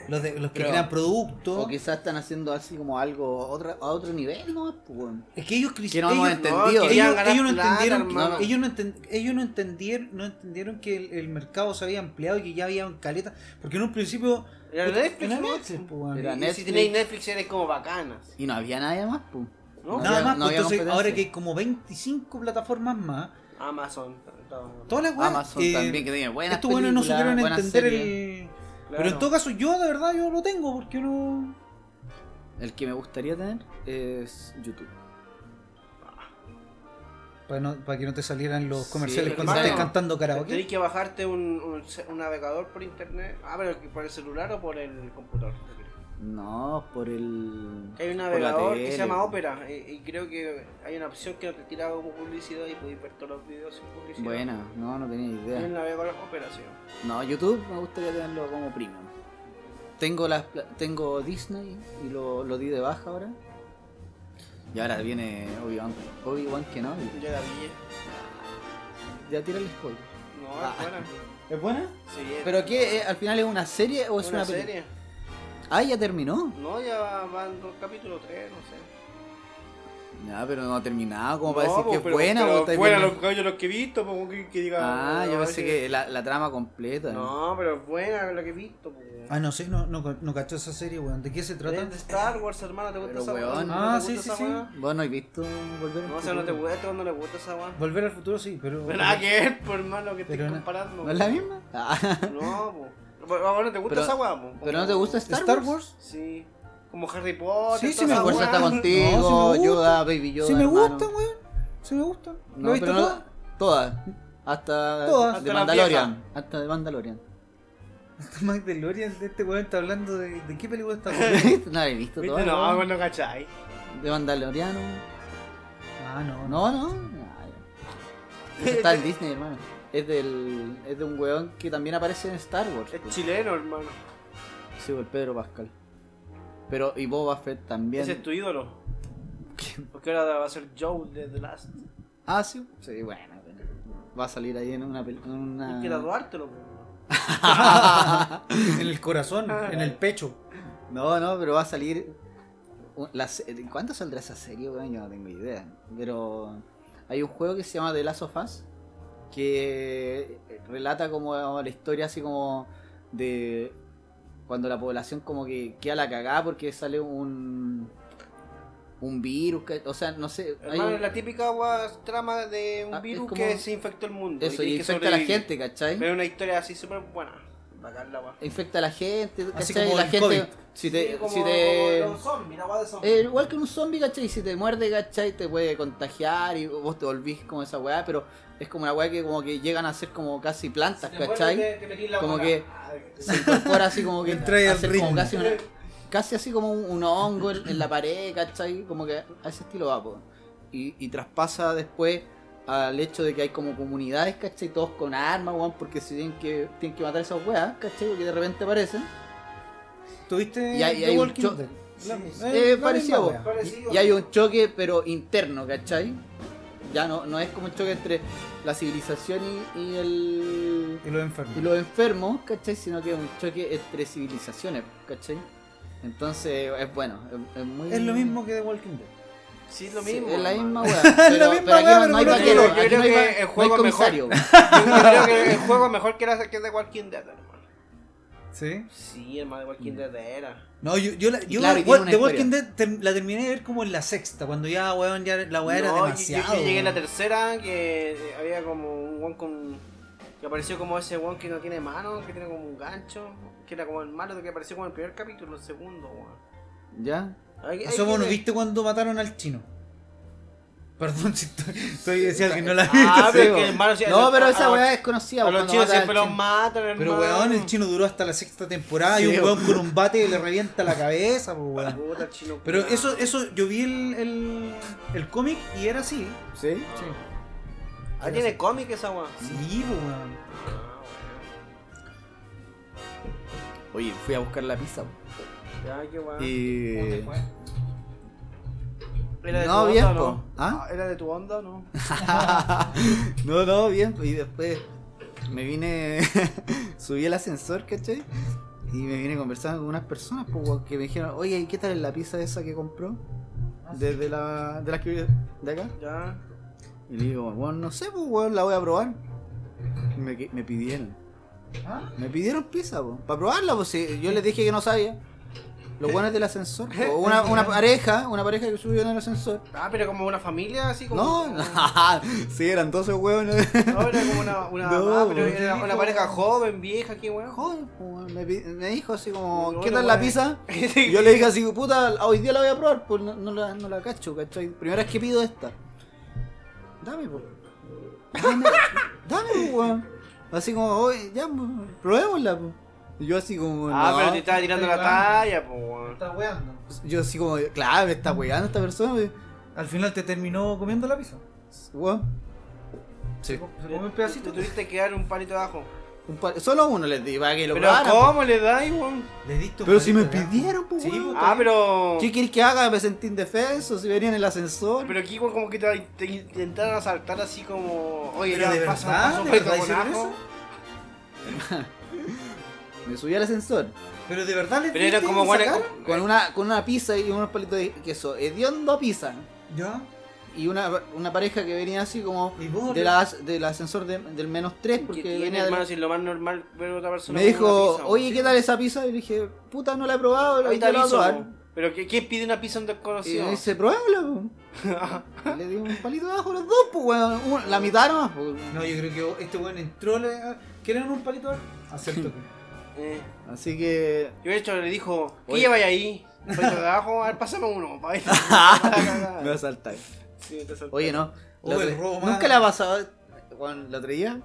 Speaker 2: los, de, los que
Speaker 4: Pero-
Speaker 2: crean productos.
Speaker 4: O quizás están haciendo así como algo otra, a otro nivel, ¿no? Pues, bueno.
Speaker 2: Es que ellos
Speaker 4: Que
Speaker 2: crecieron.
Speaker 4: no hemos
Speaker 2: ellos,
Speaker 4: entendido.
Speaker 2: ellos-
Speaker 3: Querían ganar
Speaker 2: ellos no
Speaker 3: plata,
Speaker 2: entendieron, que-
Speaker 3: hermano.
Speaker 2: ellos, no enten- ellos no entendieron, no entendieron que el, el mercado se había ampliado y que ya había caleta, porque en un principio
Speaker 3: Era Netflix,
Speaker 2: era
Speaker 3: ¿no?
Speaker 2: Netflix, po, weón.
Speaker 4: Era
Speaker 3: pues. Y
Speaker 4: Netflix.
Speaker 3: si tenéis Netflix eres como bacanas.
Speaker 4: Y no había nadie más, pues.
Speaker 3: ¿No?
Speaker 4: No
Speaker 2: Nada
Speaker 4: había-
Speaker 2: más,
Speaker 4: no
Speaker 2: pues,
Speaker 4: había
Speaker 2: entonces
Speaker 4: competencia.
Speaker 2: ahora que hay como 25 plataformas más,
Speaker 3: Amazon. todo.
Speaker 2: todas las weas,
Speaker 4: Amazon
Speaker 2: eh,
Speaker 4: también, que tiene buenas
Speaker 2: Estos buenos no
Speaker 4: películas,
Speaker 2: supieron
Speaker 4: buenas
Speaker 2: entender
Speaker 4: series.
Speaker 2: el. Pero en
Speaker 3: Claro.
Speaker 2: todo caso, yo de verdad yo lo tengo porque no.
Speaker 4: El que me gustaría tener es YouTube.
Speaker 2: Para, no- para que no te salieran los
Speaker 4: Sí,
Speaker 2: comerciales
Speaker 3: pero
Speaker 2: cuando
Speaker 3: claro.
Speaker 2: estés cantando karaoke.
Speaker 3: Tenés que bajarte un, un ce- un navegador por internet. Ah, pero que por el celular o por el computador.
Speaker 4: No, por el...
Speaker 3: Que hay
Speaker 4: por
Speaker 3: un
Speaker 4: la
Speaker 3: navegador que
Speaker 4: tele,
Speaker 3: se llama
Speaker 4: po.
Speaker 3: Opera y, y creo que hay una opción que no te tira como publicidad y podéis ver todos los videos sin publicidad.
Speaker 4: Buena, no, no tenía idea.
Speaker 3: Hay un navegador Opera, sí.
Speaker 4: No, YouTube me gustaría tenerlo como premium. Tengo las pla- tengo Disney y lo, lo di de baja ahora. Y ahora viene Obi-Wan Obi-Wan Kenobi.
Speaker 3: Yo la vi. ¿eh?
Speaker 4: Ya tira el spoiler.
Speaker 3: No,
Speaker 4: Ah.
Speaker 3: es buena.
Speaker 4: ¿Es buena?
Speaker 3: Sí, es
Speaker 4: ¿Pero qué? eh, ¿Al final es una serie o es una,
Speaker 3: una
Speaker 4: peli-
Speaker 3: serie.
Speaker 4: Ah, ya terminó.
Speaker 3: No, ya van dos capítulos, tres, no sé.
Speaker 4: Ya, pero no ha terminado, como
Speaker 3: No,
Speaker 4: para decir
Speaker 3: po,
Speaker 4: que es
Speaker 3: pero-
Speaker 4: buena pues,
Speaker 3: pero
Speaker 4: o estáis
Speaker 3: buena
Speaker 4: viendo-
Speaker 3: los cabellos los que he visto, como que, que diga.
Speaker 4: Ah, yo
Speaker 3: no,
Speaker 4: pensé
Speaker 3: sí.
Speaker 4: que la, la trama completa.
Speaker 3: No, pero es buena lo que he visto, po.
Speaker 2: Ah, no sé, no, no, no cacho esa serie, weón. ¿De qué se trata?
Speaker 3: Es de Star Wars, hermano, ¿te gusta
Speaker 4: Pero,
Speaker 3: esa weá?
Speaker 4: weón.
Speaker 3: ¿No
Speaker 2: Ah,
Speaker 3: te
Speaker 2: sí,
Speaker 3: gusta
Speaker 2: sí,
Speaker 3: esa
Speaker 2: sí.
Speaker 3: weá?
Speaker 4: Vos no has visto volver al
Speaker 3: No, o sea, no te
Speaker 4: Futuro?
Speaker 3: gusta cuando le gusta esa weá.
Speaker 2: Volver al futuro, sí, pero.
Speaker 3: Pero
Speaker 4: ah,
Speaker 3: nada que ver, por hermano, que
Speaker 2: Pero
Speaker 3: estoy
Speaker 2: na-
Speaker 3: comparando.
Speaker 4: ¿No es la misma? Ah,
Speaker 3: po. No, po. Pero, ah, bueno, ¿te gusta
Speaker 4: Pero-
Speaker 3: esa weá, po?
Speaker 4: pero no te gusta Star,
Speaker 2: Star, Wars?
Speaker 3: Sí. Como Harry Potter.
Speaker 2: Sí, sí
Speaker 3: toda
Speaker 2: me
Speaker 3: esa
Speaker 2: gusta.
Speaker 4: Fuerza
Speaker 3: weá.
Speaker 4: está
Speaker 2: No,
Speaker 4: contigo,
Speaker 2: sí me gusta.
Speaker 4: Yoda, Baby Yoda.
Speaker 2: sí, me
Speaker 4: hermano.
Speaker 2: gusta, weón. Sí, me gusta.
Speaker 4: No,
Speaker 2: ¿Lo he visto
Speaker 4: pero no-
Speaker 2: todo?
Speaker 4: Todas. Hasta,
Speaker 2: Todas.
Speaker 4: de
Speaker 3: Hasta la
Speaker 4: Mandalorian. Hasta de Mandalorian.
Speaker 2: Mike DeLorean, de este weón está hablando de. ¿De qué película está hablando?
Speaker 4: no la he visto
Speaker 3: ¿Viste?
Speaker 4: todas.
Speaker 3: No,
Speaker 4: weón.
Speaker 3: bueno, cachai.
Speaker 4: De Mandaloriano.
Speaker 2: ah, no, no.
Speaker 4: No, no. Ah, ya. Eso está en Disney, hermano. Es del. Es de un weón que también aparece en Star Wars.
Speaker 3: Es
Speaker 4: pues.
Speaker 3: chileno, hermano.
Speaker 4: Sí, el Pedro Pascal. Pero y Boba Fett también.
Speaker 3: Ese es tu ídolo. Porque ahora va a ser Joe de The Last.
Speaker 4: Ah, sí. Sí, bueno. bueno. Va a salir ahí en una. pel- en una...
Speaker 3: Hay que tatuártelo, po.
Speaker 2: En el corazón,
Speaker 4: Ah.
Speaker 2: en el pecho.
Speaker 4: No, no, pero va a salir. u- La, se- ¿Cuánto saldrá esa serie, weón? Yo no tengo idea. Pero hay un juego que se llama The Last of Us que eh, relata como la historia así como de cuando la población como que queda la cagada porque sale un un virus, ca- o sea, no sé. hay
Speaker 3: Hermano,
Speaker 4: un-
Speaker 3: la típica agua, trama de un
Speaker 4: Ah, es
Speaker 3: virus
Speaker 4: como-
Speaker 3: que se infectó el mundo.
Speaker 4: eso,
Speaker 3: tiene
Speaker 4: y
Speaker 3: que
Speaker 4: infecta a la
Speaker 3: sobrevivir.
Speaker 4: gente, ¿cachai?
Speaker 3: Pero es una historia así súper buena. Bacán la agua.
Speaker 4: Infecta a la gente,
Speaker 2: Así
Speaker 4: ¿cachai?
Speaker 2: como
Speaker 4: la
Speaker 2: el
Speaker 4: gente,
Speaker 2: COVID.
Speaker 4: si te.
Speaker 3: Sí, como-
Speaker 4: si te
Speaker 3: como los zombies, la agua de zombies.
Speaker 4: eh, igual que un zombie, ¿cachai? Si te muerde, ¿cachai? Te puede contagiar y vos te volvís como esa weá, pero es como una weá que como que llegan a ser como casi plantas,
Speaker 3: Te muerdes,
Speaker 4: ¿cachai?
Speaker 3: te- te metís la
Speaker 4: como
Speaker 3: boca. Ah,
Speaker 4: que- se incorpora así como que
Speaker 2: Entra ahí al
Speaker 4: hacer como
Speaker 2: ritmo.
Speaker 4: casi, una- casi así como un, un hongo en, en la pared, ¿cachai? Como que a ese estilo va, po. Y, y traspasa después al hecho de que hay como comunidades, ¿cachai? Todos con armas, weón, porque si tienen que, tienen que matar a esas weas, ¿cachai? Porque de repente aparecen.
Speaker 2: ¿Tuviste
Speaker 4: Y hay- y
Speaker 2: The
Speaker 4: hay un
Speaker 2: Walking
Speaker 4: cho-
Speaker 2: Dead? La-
Speaker 3: Sí, sí.
Speaker 2: la-
Speaker 4: Eh,
Speaker 2: la
Speaker 4: parecido,
Speaker 2: misma
Speaker 4: po.
Speaker 2: wea.
Speaker 4: Y, y hay un choque, pero interno, ¿cachai? Ya no, no es como un choque entre la civilización y, y el...
Speaker 2: Y los enfermos.
Speaker 4: y los enfermos, ¿cachai? Sino que es un choque entre civilizaciones, ¿cachai? Entonces es bueno, es, es muy...
Speaker 2: Es lo mismo que The Walking Dead.
Speaker 3: Sí, es lo
Speaker 4: Sí,
Speaker 3: mismo.
Speaker 4: es la
Speaker 3: hermano.
Speaker 4: misma weá. Pero,
Speaker 2: misma
Speaker 4: pero aquí
Speaker 2: weá,
Speaker 4: no,
Speaker 2: pero
Speaker 4: no hay
Speaker 2: con otro
Speaker 4: vaquero,
Speaker 3: color. Yo
Speaker 4: aquí
Speaker 3: creo
Speaker 4: no hay,
Speaker 3: que
Speaker 4: va-
Speaker 3: el
Speaker 4: no hay
Speaker 3: juego mejor.
Speaker 4: comisario.
Speaker 3: Yo creo que el juego mejor que era que de Walking Dead, hermano.
Speaker 2: ¿Sí?
Speaker 3: Sí, hermano, de
Speaker 4: Mm.
Speaker 3: Walking Dead era.
Speaker 2: No, yo, yo, la,
Speaker 4: Y
Speaker 2: yo
Speaker 4: claro,
Speaker 2: The
Speaker 4: y tiene una
Speaker 2: Walking Dead ter- la terminé de ver como en la sexta, cuando ya, weón, ya la weá era
Speaker 3: No, yo-
Speaker 2: demasiado.
Speaker 3: Yo, llegué a la
Speaker 2: weón.
Speaker 3: tercera que eh, había como un one con. que apareció como ese one que no tiene mano, que tiene como un gancho, que era como el malo que apareció como en el primer capítulo, el segundo, weón.
Speaker 4: ¿Ya?
Speaker 3: Hay- hay
Speaker 2: Asomo, ¿no
Speaker 3: que-
Speaker 2: viste cuando mataron al chino? Perdón si estoy, estoy decía que no la viste.
Speaker 3: Ah, pero
Speaker 4: Sí,
Speaker 3: que el malo sí-
Speaker 4: No, pero
Speaker 3: a-
Speaker 4: esa
Speaker 3: a-
Speaker 4: weá es conocida.
Speaker 3: A
Speaker 4: pues,
Speaker 3: los
Speaker 4: cuando
Speaker 3: chinos
Speaker 4: mata al
Speaker 3: siempre los
Speaker 4: chino.
Speaker 3: matan, hermano.
Speaker 2: Pero weón, el chino duró hasta la sexta temporada y
Speaker 4: Sí,
Speaker 2: un weón con un bate le revienta la cabeza, pues weón.
Speaker 3: Puta, el chino
Speaker 2: Pero
Speaker 3: culiao.
Speaker 2: eso, eso, yo vi el, el, el cómic y era así.
Speaker 4: ¿Sí?
Speaker 2: Sí,
Speaker 3: Ah, tiene cómic esa weón.
Speaker 2: sí pues, weón.
Speaker 4: Oye, fui a buscar la pizza.
Speaker 3: Ya, qué weón.
Speaker 4: Y...
Speaker 2: eh,
Speaker 3: ¿Era de
Speaker 4: No,
Speaker 3: tu
Speaker 4: bien,
Speaker 3: onda o
Speaker 4: po. ¿Ah?
Speaker 3: ¿Era de tu onda o no?
Speaker 4: No, no, bien. pues, Y después me vine... Subí el ascensor, ¿cachai? Y me vine conversando con unas personas pues, weón, que me dijeron, oye, ¿y qué tal es la pizza esa que compró? Desde la... de la que vive de acá.
Speaker 3: Ya.
Speaker 4: Y le digo, bueno, no sé, pues, weón, la voy a probar. Y me, que- me pidieron.
Speaker 2: ¿Ah?
Speaker 4: Me pidieron pizza, po. Para probarla, pues, si yo les dije que no sabía. Los buenos del ascensor. po. Una, una pareja, una pareja que subió en el ascensor.
Speaker 3: Ah, pero como una familia así como. ah.
Speaker 4: No, sí, eran 12 huevones.
Speaker 3: No, era como una, una,
Speaker 4: No,
Speaker 3: ah, pero
Speaker 4: yo
Speaker 3: era una
Speaker 2: digo-
Speaker 3: pareja joven, vieja, qué weón.
Speaker 4: Joder, po, weón. me, pi- me dijo así como,
Speaker 3: No,
Speaker 4: ¿qué
Speaker 3: no,
Speaker 4: tal la
Speaker 3: weón.
Speaker 4: pizza? Y yo le dije así, puta, hoy día la voy a probar, pues no, no la, no la cacho, ¿cachai? Primera vez que pido esta. Dame, pues. Dame, dame, po, weón. Así como, oye, ya, po, probémosla, pues. Yo así como,
Speaker 3: Ah,
Speaker 4: no.
Speaker 3: pero te estaba tirando la
Speaker 2: Estoy
Speaker 3: talla, po, weón.
Speaker 2: Está weando.
Speaker 4: Yo así como, claro, me está weando esta persona, weón.
Speaker 2: Al final te terminó comiendo la pizza.
Speaker 4: Weón. Sí.
Speaker 2: Se co- se comió un pedacito.
Speaker 3: Te tuviste que dar un palito abajo.
Speaker 4: Un par- Solo uno les di, para que lo
Speaker 3: Pero
Speaker 4: probaran, po.
Speaker 3: ¿cómo le dais, weón?
Speaker 2: Le diste un
Speaker 4: Pero si me
Speaker 2: palito de ajo.
Speaker 4: pidieron, pues,
Speaker 2: Sí,
Speaker 4: weón.
Speaker 2: pues,
Speaker 3: Ah, pero.
Speaker 4: ¿Qué quieres que haga? Me sentí indefenso, si venía en el ascensor.
Speaker 3: Pero aquí, weón, como que te, te intentaron asaltar así como. Oye,
Speaker 2: ¿Pero
Speaker 3: ya,
Speaker 2: de
Speaker 3: pasa,
Speaker 2: verdad?
Speaker 3: pasa un
Speaker 2: ¿De
Speaker 3: palito
Speaker 2: verdad
Speaker 3: con
Speaker 2: hicieron
Speaker 3: ajo.
Speaker 2: eso?
Speaker 4: Me subí al ascensor.
Speaker 2: Pero de verdad le
Speaker 3: Pero era
Speaker 2: diste
Speaker 3: como
Speaker 2: y
Speaker 3: weón,
Speaker 2: sacaron?
Speaker 4: Con una, con una pizza y unos palitos de queso. Hediondo a pizza.
Speaker 2: Ya.
Speaker 4: Y una, una pareja que venía así como
Speaker 2: Y vos.
Speaker 4: de la- del ascensor de- del menos 3
Speaker 3: ¿Qué
Speaker 4: porque
Speaker 3: tiene,
Speaker 4: venía del-
Speaker 3: hermano, si es lo más normal ver a otra persona.
Speaker 4: Me
Speaker 3: con una
Speaker 4: dijo,
Speaker 3: pizza,
Speaker 4: oye,
Speaker 3: weón.
Speaker 4: ¿qué tal esa pizza? Y le dije, puta, no la he probado,
Speaker 3: Ahí
Speaker 4: hoy
Speaker 3: te
Speaker 4: día la voy a
Speaker 3: aviso,
Speaker 4: probar.
Speaker 3: weón. Pero ¿qué- ¿quién pide una pizza a un
Speaker 4: Y
Speaker 3: desconocido?
Speaker 4: me dice, probémosla. po". Y Le di un palito abajo a los dos, pues, weón. Un- La mitad nomás, pues, po.
Speaker 2: No, yo creo que este weón entró. Le... ¿Quieren un palito de ajo? Acepto. que-
Speaker 3: Eh.
Speaker 4: Así que.
Speaker 3: Yo de hecho le dijo, ¿qué
Speaker 4: Oye.
Speaker 3: lleva ahí? Pues abajo, a ver, pásame uno, pa' ver".
Speaker 4: Me va a saltar.
Speaker 3: Sí, te saltó.
Speaker 4: Oye, no.
Speaker 2: Oh,
Speaker 4: La
Speaker 2: el
Speaker 4: otra-
Speaker 2: robo más.
Speaker 4: Nunca la ha pasado. Bueno, la otra día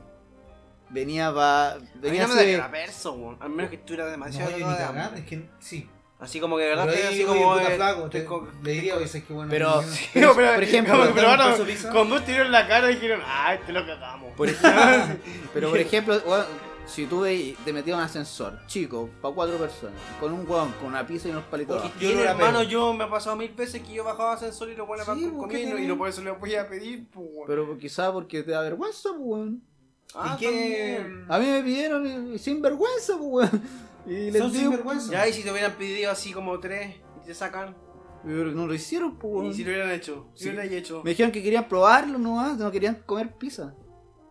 Speaker 4: venía para.
Speaker 3: A mí
Speaker 4: Venía
Speaker 3: no me
Speaker 4: así
Speaker 3: daría
Speaker 4: de-
Speaker 3: la verso, weón. Al menos que estuviera demasiado.
Speaker 2: No, yo ni
Speaker 3: cagado de
Speaker 2: cagar,
Speaker 3: hambre.
Speaker 2: es que sí.
Speaker 3: Así como que de verdad
Speaker 2: Pero
Speaker 3: estoy
Speaker 2: ahí,
Speaker 3: así
Speaker 2: oye,
Speaker 3: como.
Speaker 2: puta
Speaker 3: eh,
Speaker 2: flaco, te-
Speaker 3: estoy co-
Speaker 2: le diría, dices que bueno.
Speaker 4: Pero-
Speaker 2: no-
Speaker 3: Sí, pero,
Speaker 4: por ejemplo,
Speaker 3: como
Speaker 2: ¿dame
Speaker 3: que
Speaker 2: un
Speaker 3: probaron
Speaker 2: pedazo de pizza?
Speaker 3: con dos tiros en la cara y dijeron, ay, te lo cagamos.
Speaker 4: Por ejemplo, pero por ejemplo, weón, si tú ve- te metías a un ascensor chico, para cuatro personas, con un guan, con una pizza y unos palitos.
Speaker 3: Porque
Speaker 4: abajo.
Speaker 2: yo
Speaker 3: tiene,
Speaker 2: no la
Speaker 3: hermano,
Speaker 2: pego.
Speaker 3: yo me ha pasado mil veces que yo bajaba ascensor y lo bueno
Speaker 2: Sí,
Speaker 3: van con
Speaker 2: ¿por qué
Speaker 3: comino
Speaker 2: tiene?
Speaker 3: y lo por eso lo voy a pedir, pues, weón.
Speaker 4: Pero quizá porque te da vergüenza, pues, weón.
Speaker 3: Ah,
Speaker 2: ¿Y qué?
Speaker 3: también.
Speaker 4: A mí me pidieron eh, sin vergüenza, pues, weón. Y les
Speaker 2: Son
Speaker 4: di-
Speaker 2: sinvergüenza.
Speaker 3: Ya, y si te hubieran pedido así como tres y te sacan.
Speaker 4: Pero no lo hicieron, pues, weón.
Speaker 3: Y si lo hubieran hecho, si
Speaker 4: Sí.
Speaker 3: lo hubieran hecho.
Speaker 4: Me dijeron que querían probarlo nomás, no querían comer pizza.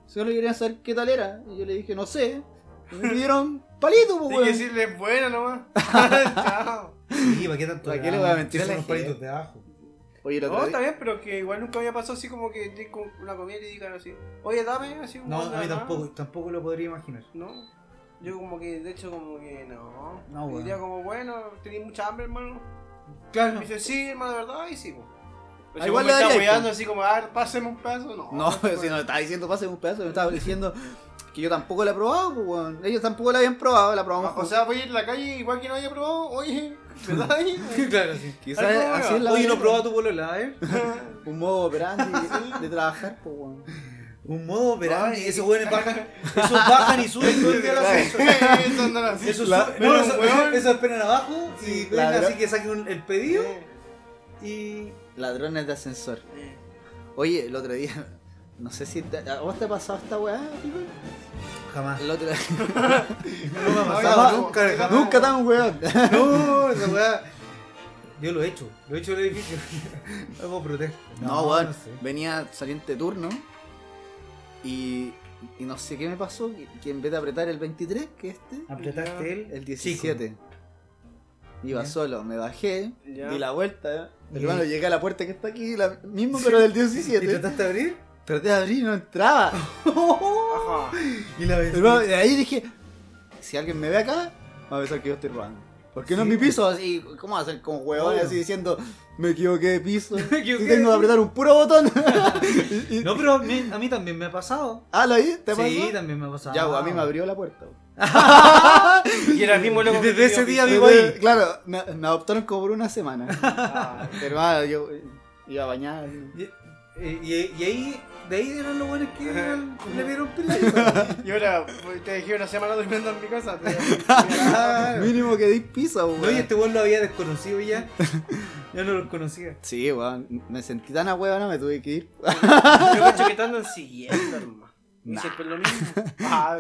Speaker 4: Solo querían saber qué tal era. Y yo le dije, no sé. Y me pidieron palito, pues,
Speaker 3: Tienes que
Speaker 4: weón.
Speaker 3: decirle buena nomás. Chao.
Speaker 2: Sí, ¿para qué tanto?
Speaker 4: ¿Para
Speaker 2: le
Speaker 4: qué le
Speaker 2: damos?
Speaker 4: voy a mentir a
Speaker 2: Son
Speaker 4: la
Speaker 2: unos
Speaker 4: gente?
Speaker 2: palitos de ajo.
Speaker 4: Oye, el otro
Speaker 3: No,
Speaker 4: día-
Speaker 3: está bien, pero que igual nunca había pasado así como que te con una comida y te digan así, oye, dame así un
Speaker 2: No,
Speaker 3: bol de
Speaker 2: a mí
Speaker 3: arroz".
Speaker 2: tampoco, tampoco lo podría imaginar.
Speaker 3: No, yo como que, de hecho, como que no.
Speaker 2: No,
Speaker 3: Y Diría
Speaker 2: bueno.
Speaker 3: como, bueno, tenéis mucha hambre, hermano.
Speaker 2: Claro.
Speaker 3: Me dice, sí, hermano, de verdad, y sí, po. Pero
Speaker 4: Ah,
Speaker 3: si
Speaker 4: igual
Speaker 3: vos me
Speaker 4: le
Speaker 3: está
Speaker 4: daría,
Speaker 3: cuidando
Speaker 4: po.
Speaker 3: así como, a ver, páseme un pedazo, no.
Speaker 4: No,
Speaker 3: pues,
Speaker 4: si no
Speaker 3: bueno.
Speaker 4: estaba diciendo pase un pedazo, me estaba diciendo que yo tampoco la he probado, pues, weón. Ellos tampoco la habían probado, la probamos.
Speaker 3: Ah, O sea, voy a ir a la calle igual que no haya probado, oye, ¿verdad? ahí?
Speaker 2: claro, sí.
Speaker 4: Quizás
Speaker 3: algo,
Speaker 4: así
Speaker 3: weón.
Speaker 4: es la
Speaker 2: Oye, no
Speaker 4: manera.
Speaker 2: probaba tu polola, ¿eh?
Speaker 4: Un modo operandi de trabajar, pues, weón.
Speaker 2: Un modo operandi.
Speaker 3: Ay.
Speaker 2: Esos weones bajan, esos bajan y suben todo el día a la
Speaker 3: Eso no era así.
Speaker 2: Eso
Speaker 4: La-
Speaker 2: sube-
Speaker 3: pero
Speaker 2: no,
Speaker 3: un
Speaker 2: eso-
Speaker 3: weón-
Speaker 2: eso esperan abajo y
Speaker 4: Sí,
Speaker 2: ven,
Speaker 4: la-
Speaker 2: así que saquen un- el pedido y.
Speaker 4: Ladrones de ascensor.
Speaker 3: Eh,
Speaker 2: Mm.
Speaker 4: Oye, el otro día, no sé si te- ¿a vos te ha pasado esta weá, Pipe?
Speaker 2: Jamás.
Speaker 4: El otro
Speaker 2: No me ha
Speaker 3: Oiga,
Speaker 2: pasado
Speaker 3: no,
Speaker 2: nunca,
Speaker 3: oiga,
Speaker 2: jamás.
Speaker 3: no.
Speaker 4: Nunca tan weón.
Speaker 2: No, esa weá. Yo lo he hecho, lo he hecho en el edificio. Hago protesto.
Speaker 4: No, weón.
Speaker 2: sé.
Speaker 4: Venía saliente de turno y, y no sé qué me pasó, que, que en vez de apretar el 23, que este,
Speaker 2: Apretaste el,
Speaker 4: el 17. Iba
Speaker 2: Ya.
Speaker 4: solo, me bajé,
Speaker 3: Ya.
Speaker 4: di la vuelta,
Speaker 2: Ya.
Speaker 4: hermano, llegué a la puerta que está aquí, la mismo pero del
Speaker 2: ¿Y
Speaker 4: 17.
Speaker 2: trataste de abrir?
Speaker 4: Traté de abrir y no entraba.
Speaker 3: Ajá.
Speaker 2: Y la vez.
Speaker 4: Hermano, de ahí dije, si alguien me ve acá, va a pensar que yo estoy robando. ¿Por qué no en
Speaker 2: Sí.
Speaker 4: mi piso? Así, ¿cómo hacen con huevones
Speaker 2: Obvio.
Speaker 4: así diciendo, me equivoqué de piso?
Speaker 2: Me equivoqué
Speaker 4: y
Speaker 2: de
Speaker 4: tengo que apretar un puro botón. Y- y-
Speaker 2: No, pero a mí, a mí también me ha pasado.
Speaker 4: ¿Ah, lo ahí? ¿Te
Speaker 2: sí,
Speaker 4: pasó? Ah.
Speaker 2: también me ha pasado.
Speaker 4: Ya, güey, a mí me abrió la puerta. pues. güey.
Speaker 3: Y era el mismo loco
Speaker 2: Y
Speaker 3: que
Speaker 2: desde
Speaker 3: te
Speaker 2: ese
Speaker 3: dio
Speaker 2: día
Speaker 3: piso.
Speaker 2: vivo ahí.
Speaker 4: Claro, me, me adoptaron como por una semana.
Speaker 3: Ah,
Speaker 4: Pero ah, yo eh, iba a bañar.
Speaker 2: Y, y- y ahí, de ahí eran los buenos que
Speaker 3: Ajá.
Speaker 2: le dieron pelea.
Speaker 3: Y ahora pues, te dejé una semana durmiendo en mi casa. te- "Ah".
Speaker 4: Mínimo que di piso,
Speaker 2: No, y
Speaker 4: güey.
Speaker 2: este weón lo había desconocido ya. Ya no lo conocía.
Speaker 4: Sí, güey, me sentí tan a huevona, me tuve que ir.
Speaker 3: Yo cacho que te andan siguiendo, hermano. Y
Speaker 4: Nah.
Speaker 3: Siempre lo mismo. Ah,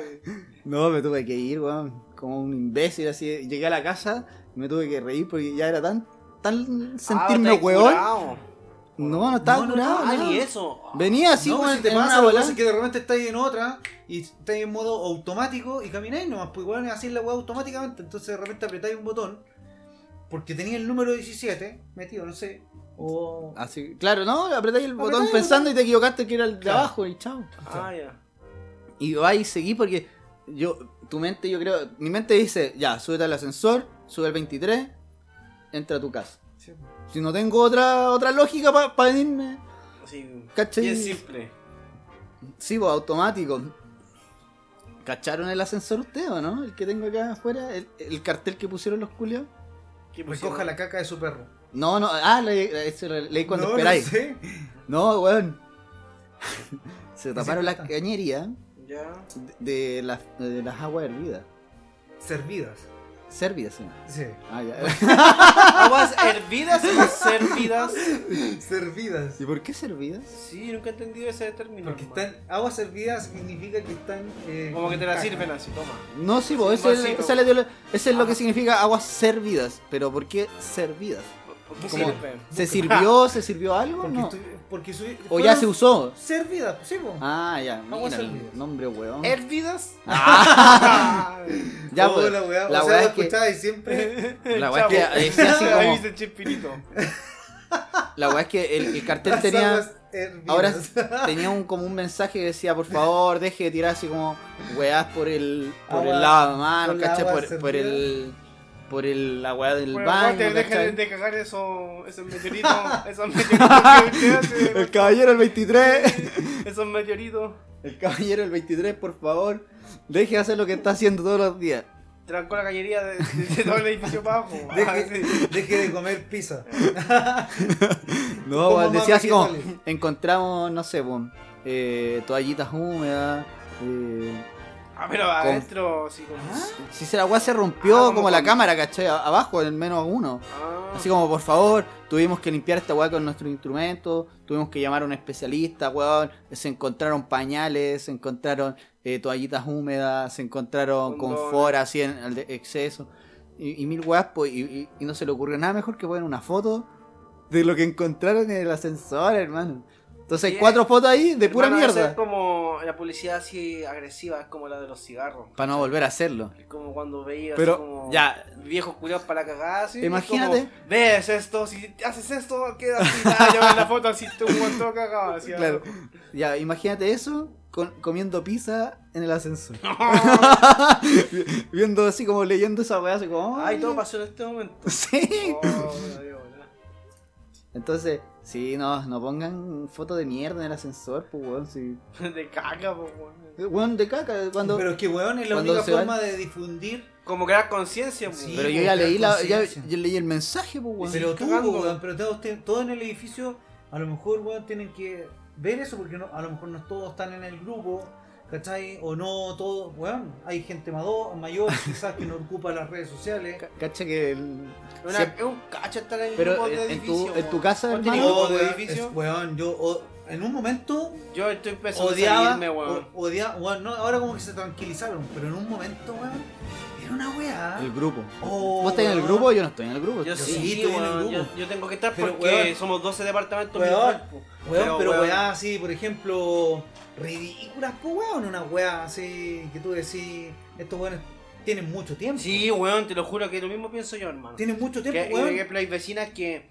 Speaker 4: No, me tuve que ir, weón. Como un imbécil, así. Llegué a la casa y me tuve que reír porque ya era tan. tan sentirme
Speaker 3: estáis
Speaker 4: huevón.
Speaker 3: ah, curado.
Speaker 4: No, no estaba
Speaker 2: No, no,
Speaker 4: curado.
Speaker 3: Ah,
Speaker 4: no.
Speaker 3: ni eso.
Speaker 4: Venía así
Speaker 2: no, pues
Speaker 4: como
Speaker 2: si
Speaker 4: en-
Speaker 2: te
Speaker 4: en
Speaker 2: pasa,
Speaker 4: una
Speaker 2: lo que
Speaker 4: bola.
Speaker 2: pasa es que de repente estáis en otra y estáis en modo automático y camináis nomás, pues igual así la weá automáticamente. Entonces de repente apretáis un botón porque tenía el número 17 metido, no sé. O.
Speaker 4: Así, claro, no, apretáis el botón
Speaker 2: Ah. Apretáis el
Speaker 4: pensando y te equivocaste que era el de
Speaker 2: Claro.
Speaker 4: abajo y chao.
Speaker 3: Ah, ya.
Speaker 4: Y va y seguí porque yo, tu mente, yo creo, mi mente dice, ya, súbete al ascensor, sube al 23, entra a tu casa.
Speaker 2: Sí.
Speaker 4: Si no tengo otra otra lógica para venirme,
Speaker 3: Sí.
Speaker 4: ¿cachai?
Speaker 3: Y es simple.
Speaker 4: Sí, pues automático. ¿Cacharon el ascensor usted o no? El que tengo acá afuera, el, el cartel que pusieron los culios.
Speaker 3: ¿Qué
Speaker 4: Pues
Speaker 2: Recoja la caca de su perro.
Speaker 4: No, no, ah, le- eso lo leí cuando
Speaker 2: No, no
Speaker 4: esperáis.
Speaker 2: sé.
Speaker 4: No, weón. Se taparon las
Speaker 2: cuenta?
Speaker 4: cañerías
Speaker 3: Ya.
Speaker 4: de, de las, de las aguas hervidas.
Speaker 2: Servidas.
Speaker 4: Servidas, sí.
Speaker 2: Sí.
Speaker 4: Ah, ya.
Speaker 3: ¿Aguas hervidas o servidas?
Speaker 2: Servidas.
Speaker 4: ¿Y por qué servidas?
Speaker 3: Sí, nunca he entendido ese término.
Speaker 2: Porque
Speaker 3: hermano.
Speaker 2: están. Agua servida significa que están. eh,
Speaker 3: Como que te la
Speaker 2: caca.
Speaker 3: sirven así, toma.
Speaker 4: No, sí, po,
Speaker 3: Sí,
Speaker 4: ese, es el-
Speaker 3: vasito.
Speaker 4: esa es la ideolo- ese es lo
Speaker 3: Ah.
Speaker 4: que significa aguas servidas. Pero ¿por qué servidas?
Speaker 3: ¿Por qué
Speaker 4: Como-
Speaker 3: sirve?
Speaker 4: ¿Se sirvió? ¿Se sirvió algo?
Speaker 2: Porque,
Speaker 4: No.
Speaker 2: estu- porque su-
Speaker 4: ¿O ya
Speaker 2: fueron
Speaker 4: se usó?
Speaker 2: Servidas, pues, sí, po.
Speaker 4: Ah, ya.
Speaker 2: Aguas Eh.
Speaker 4: Mira,
Speaker 2: hervidas.
Speaker 4: nombre weón.
Speaker 3: ¿Hervidas?
Speaker 4: Ya,
Speaker 2: Oh,
Speaker 4: pues,
Speaker 2: la weá.
Speaker 4: la
Speaker 2: o sea,
Speaker 4: weá
Speaker 2: lo
Speaker 4: es que-
Speaker 2: escuchaba y siempre.
Speaker 4: La weá es que decía así como-
Speaker 3: Ahí viste el chispirito.
Speaker 4: La weá es que el, el cartel
Speaker 2: las
Speaker 4: tenía,
Speaker 2: aguas hervidas.
Speaker 4: ahora tenía un, como un mensaje que decía, por favor, deje de tirar así como weás por el, por
Speaker 2: Agua-
Speaker 4: el lavamanos,
Speaker 2: por la
Speaker 4: ¿cachai?
Speaker 2: agua
Speaker 4: Por, por
Speaker 2: servida.
Speaker 4: el, por el, la weá del
Speaker 3: Bueno,
Speaker 4: baño,
Speaker 3: Walter, deja
Speaker 4: ¿cachai?
Speaker 3: de, de cagar eso, esos meteoritos. esos meteoritos que usted hace,
Speaker 4: El
Speaker 3: Walter.
Speaker 4: caballero el 23.
Speaker 3: Esos meteoritos.
Speaker 4: El caballero el 23, por favor, deje de hacer lo que está haciendo todos los días.
Speaker 3: Trancó la cañería de, de- de todo el edificio para abajo. Ah,
Speaker 2: Deje,
Speaker 3: sí.
Speaker 2: deje de comer pizza.
Speaker 4: No,
Speaker 2: Como
Speaker 4: weón, decía
Speaker 2: más
Speaker 4: así como,
Speaker 2: vegetales.
Speaker 4: encontramos, no sé, weón, eh, toallitas húmedas. eh,
Speaker 3: Ah, pero adentro, sí, como.
Speaker 4: si se la weá se rompió
Speaker 3: Ah,
Speaker 4: como la
Speaker 3: como-
Speaker 4: cámara, ¿cachai? A- Abajo, en el menos uno.
Speaker 3: Ah,
Speaker 4: Así como, por favor, tuvimos que limpiar esta weá con nuestro instrumento, tuvimos que llamar a un especialista, weón. Se encontraron pañales, se encontraron eh, toallitas húmedas, se encontraron
Speaker 3: Condones.
Speaker 4: confort así en el de- exceso. Y, y mil weas, pues, y, y- y no se le ocurrió nada mejor que poner una foto de lo que encontraron en el ascensor, hermano. Entonces hay
Speaker 3: Sí,
Speaker 4: cuatro fotos ahí de pura
Speaker 3: Hermano, esa
Speaker 4: mierda.
Speaker 3: Es como la publicidad así agresiva, es como la de los cigarros.
Speaker 4: Para no volver a hacerlo.
Speaker 3: Es como cuando veías
Speaker 4: Pero,
Speaker 3: como
Speaker 4: ya.
Speaker 3: viejos culiados para cagar así.
Speaker 4: Imagínate.
Speaker 3: como, Ves esto, si haces esto, queda así. Ah, ya ves la foto así, tú un montón cagado. Así,
Speaker 4: Claro. Ya, imagínate eso con- comiendo pizza en el ascensor. Viendo así como leyendo esa weá, así como.
Speaker 3: Ay, todo pasó en este momento.
Speaker 4: Sí.
Speaker 3: Oh, bueno, Dios, ¿verdad?
Speaker 4: Entonces, sí, no, no pongan fotos de mierda en el ascensor, pues weón. Sí.
Speaker 3: Oh, de caca, po, weón.
Speaker 4: Eh, Weón de caca, cuando.
Speaker 2: Pero es que, weón, es la
Speaker 4: cuando
Speaker 2: única
Speaker 4: se van-
Speaker 2: forma de difundir.
Speaker 3: Como crear conciencia, po.
Speaker 2: Sí.
Speaker 4: Pero yo ya
Speaker 2: pues,
Speaker 4: leí la, ya,
Speaker 2: conciencia.
Speaker 4: yo leí el mensaje, pues weón.
Speaker 2: Pero tú,
Speaker 3: cagando.
Speaker 2: weón, pero todos, ten- todos en el edificio, a lo mejor, weón, tienen que ver eso porque no- a lo mejor no todos están en el grupo, ¿cachai? O no todos, weón, hay gente mado- mayor quizás que no ocupa las redes sociales.
Speaker 4: Ca- Cacha que el-
Speaker 3: Una-
Speaker 4: siempre-
Speaker 3: Es un cacho estar en el
Speaker 4: Pero
Speaker 3: grupo de
Speaker 4: en- en tu-
Speaker 3: edificio,
Speaker 4: en tu
Speaker 3: weón.
Speaker 4: casa,
Speaker 3: ¿Vos tenés
Speaker 4: hermano,
Speaker 3: grupo de
Speaker 2: weón,
Speaker 3: edificio?
Speaker 2: es- weón, yo o- en un momento
Speaker 3: Yo estoy empezando a
Speaker 2: odiaba,
Speaker 3: salirme, weón.
Speaker 2: o- odia- weón, no, ahora como que se tranquilizaron, pero en un momento, weón, era una weá.
Speaker 4: el grupo.
Speaker 2: Oh,
Speaker 4: ¿Vos estás en el
Speaker 2: weón.
Speaker 4: grupo? Yo no estoy en el grupo.
Speaker 3: Yo
Speaker 2: Yo
Speaker 3: sí,
Speaker 2: sí, estoy en el
Speaker 3: weón,
Speaker 2: grupo.
Speaker 3: yo, yo tengo que estar
Speaker 2: Pero,
Speaker 3: porque
Speaker 2: weón.
Speaker 3: somos 12 departamentos.
Speaker 2: Weón,
Speaker 3: mismos, po.
Speaker 2: Weón, pero
Speaker 3: weón,
Speaker 2: weá así, por ejemplo, ridículas, pues weón, una weá así que tú decís, estos weones tienen mucho tiempo.
Speaker 3: Sí, weón, te lo juro que lo mismo pienso yo, hermano.
Speaker 2: Tienen mucho
Speaker 3: Que,
Speaker 2: tiempo,
Speaker 3: que-
Speaker 2: weón.
Speaker 3: que hay vecinas que.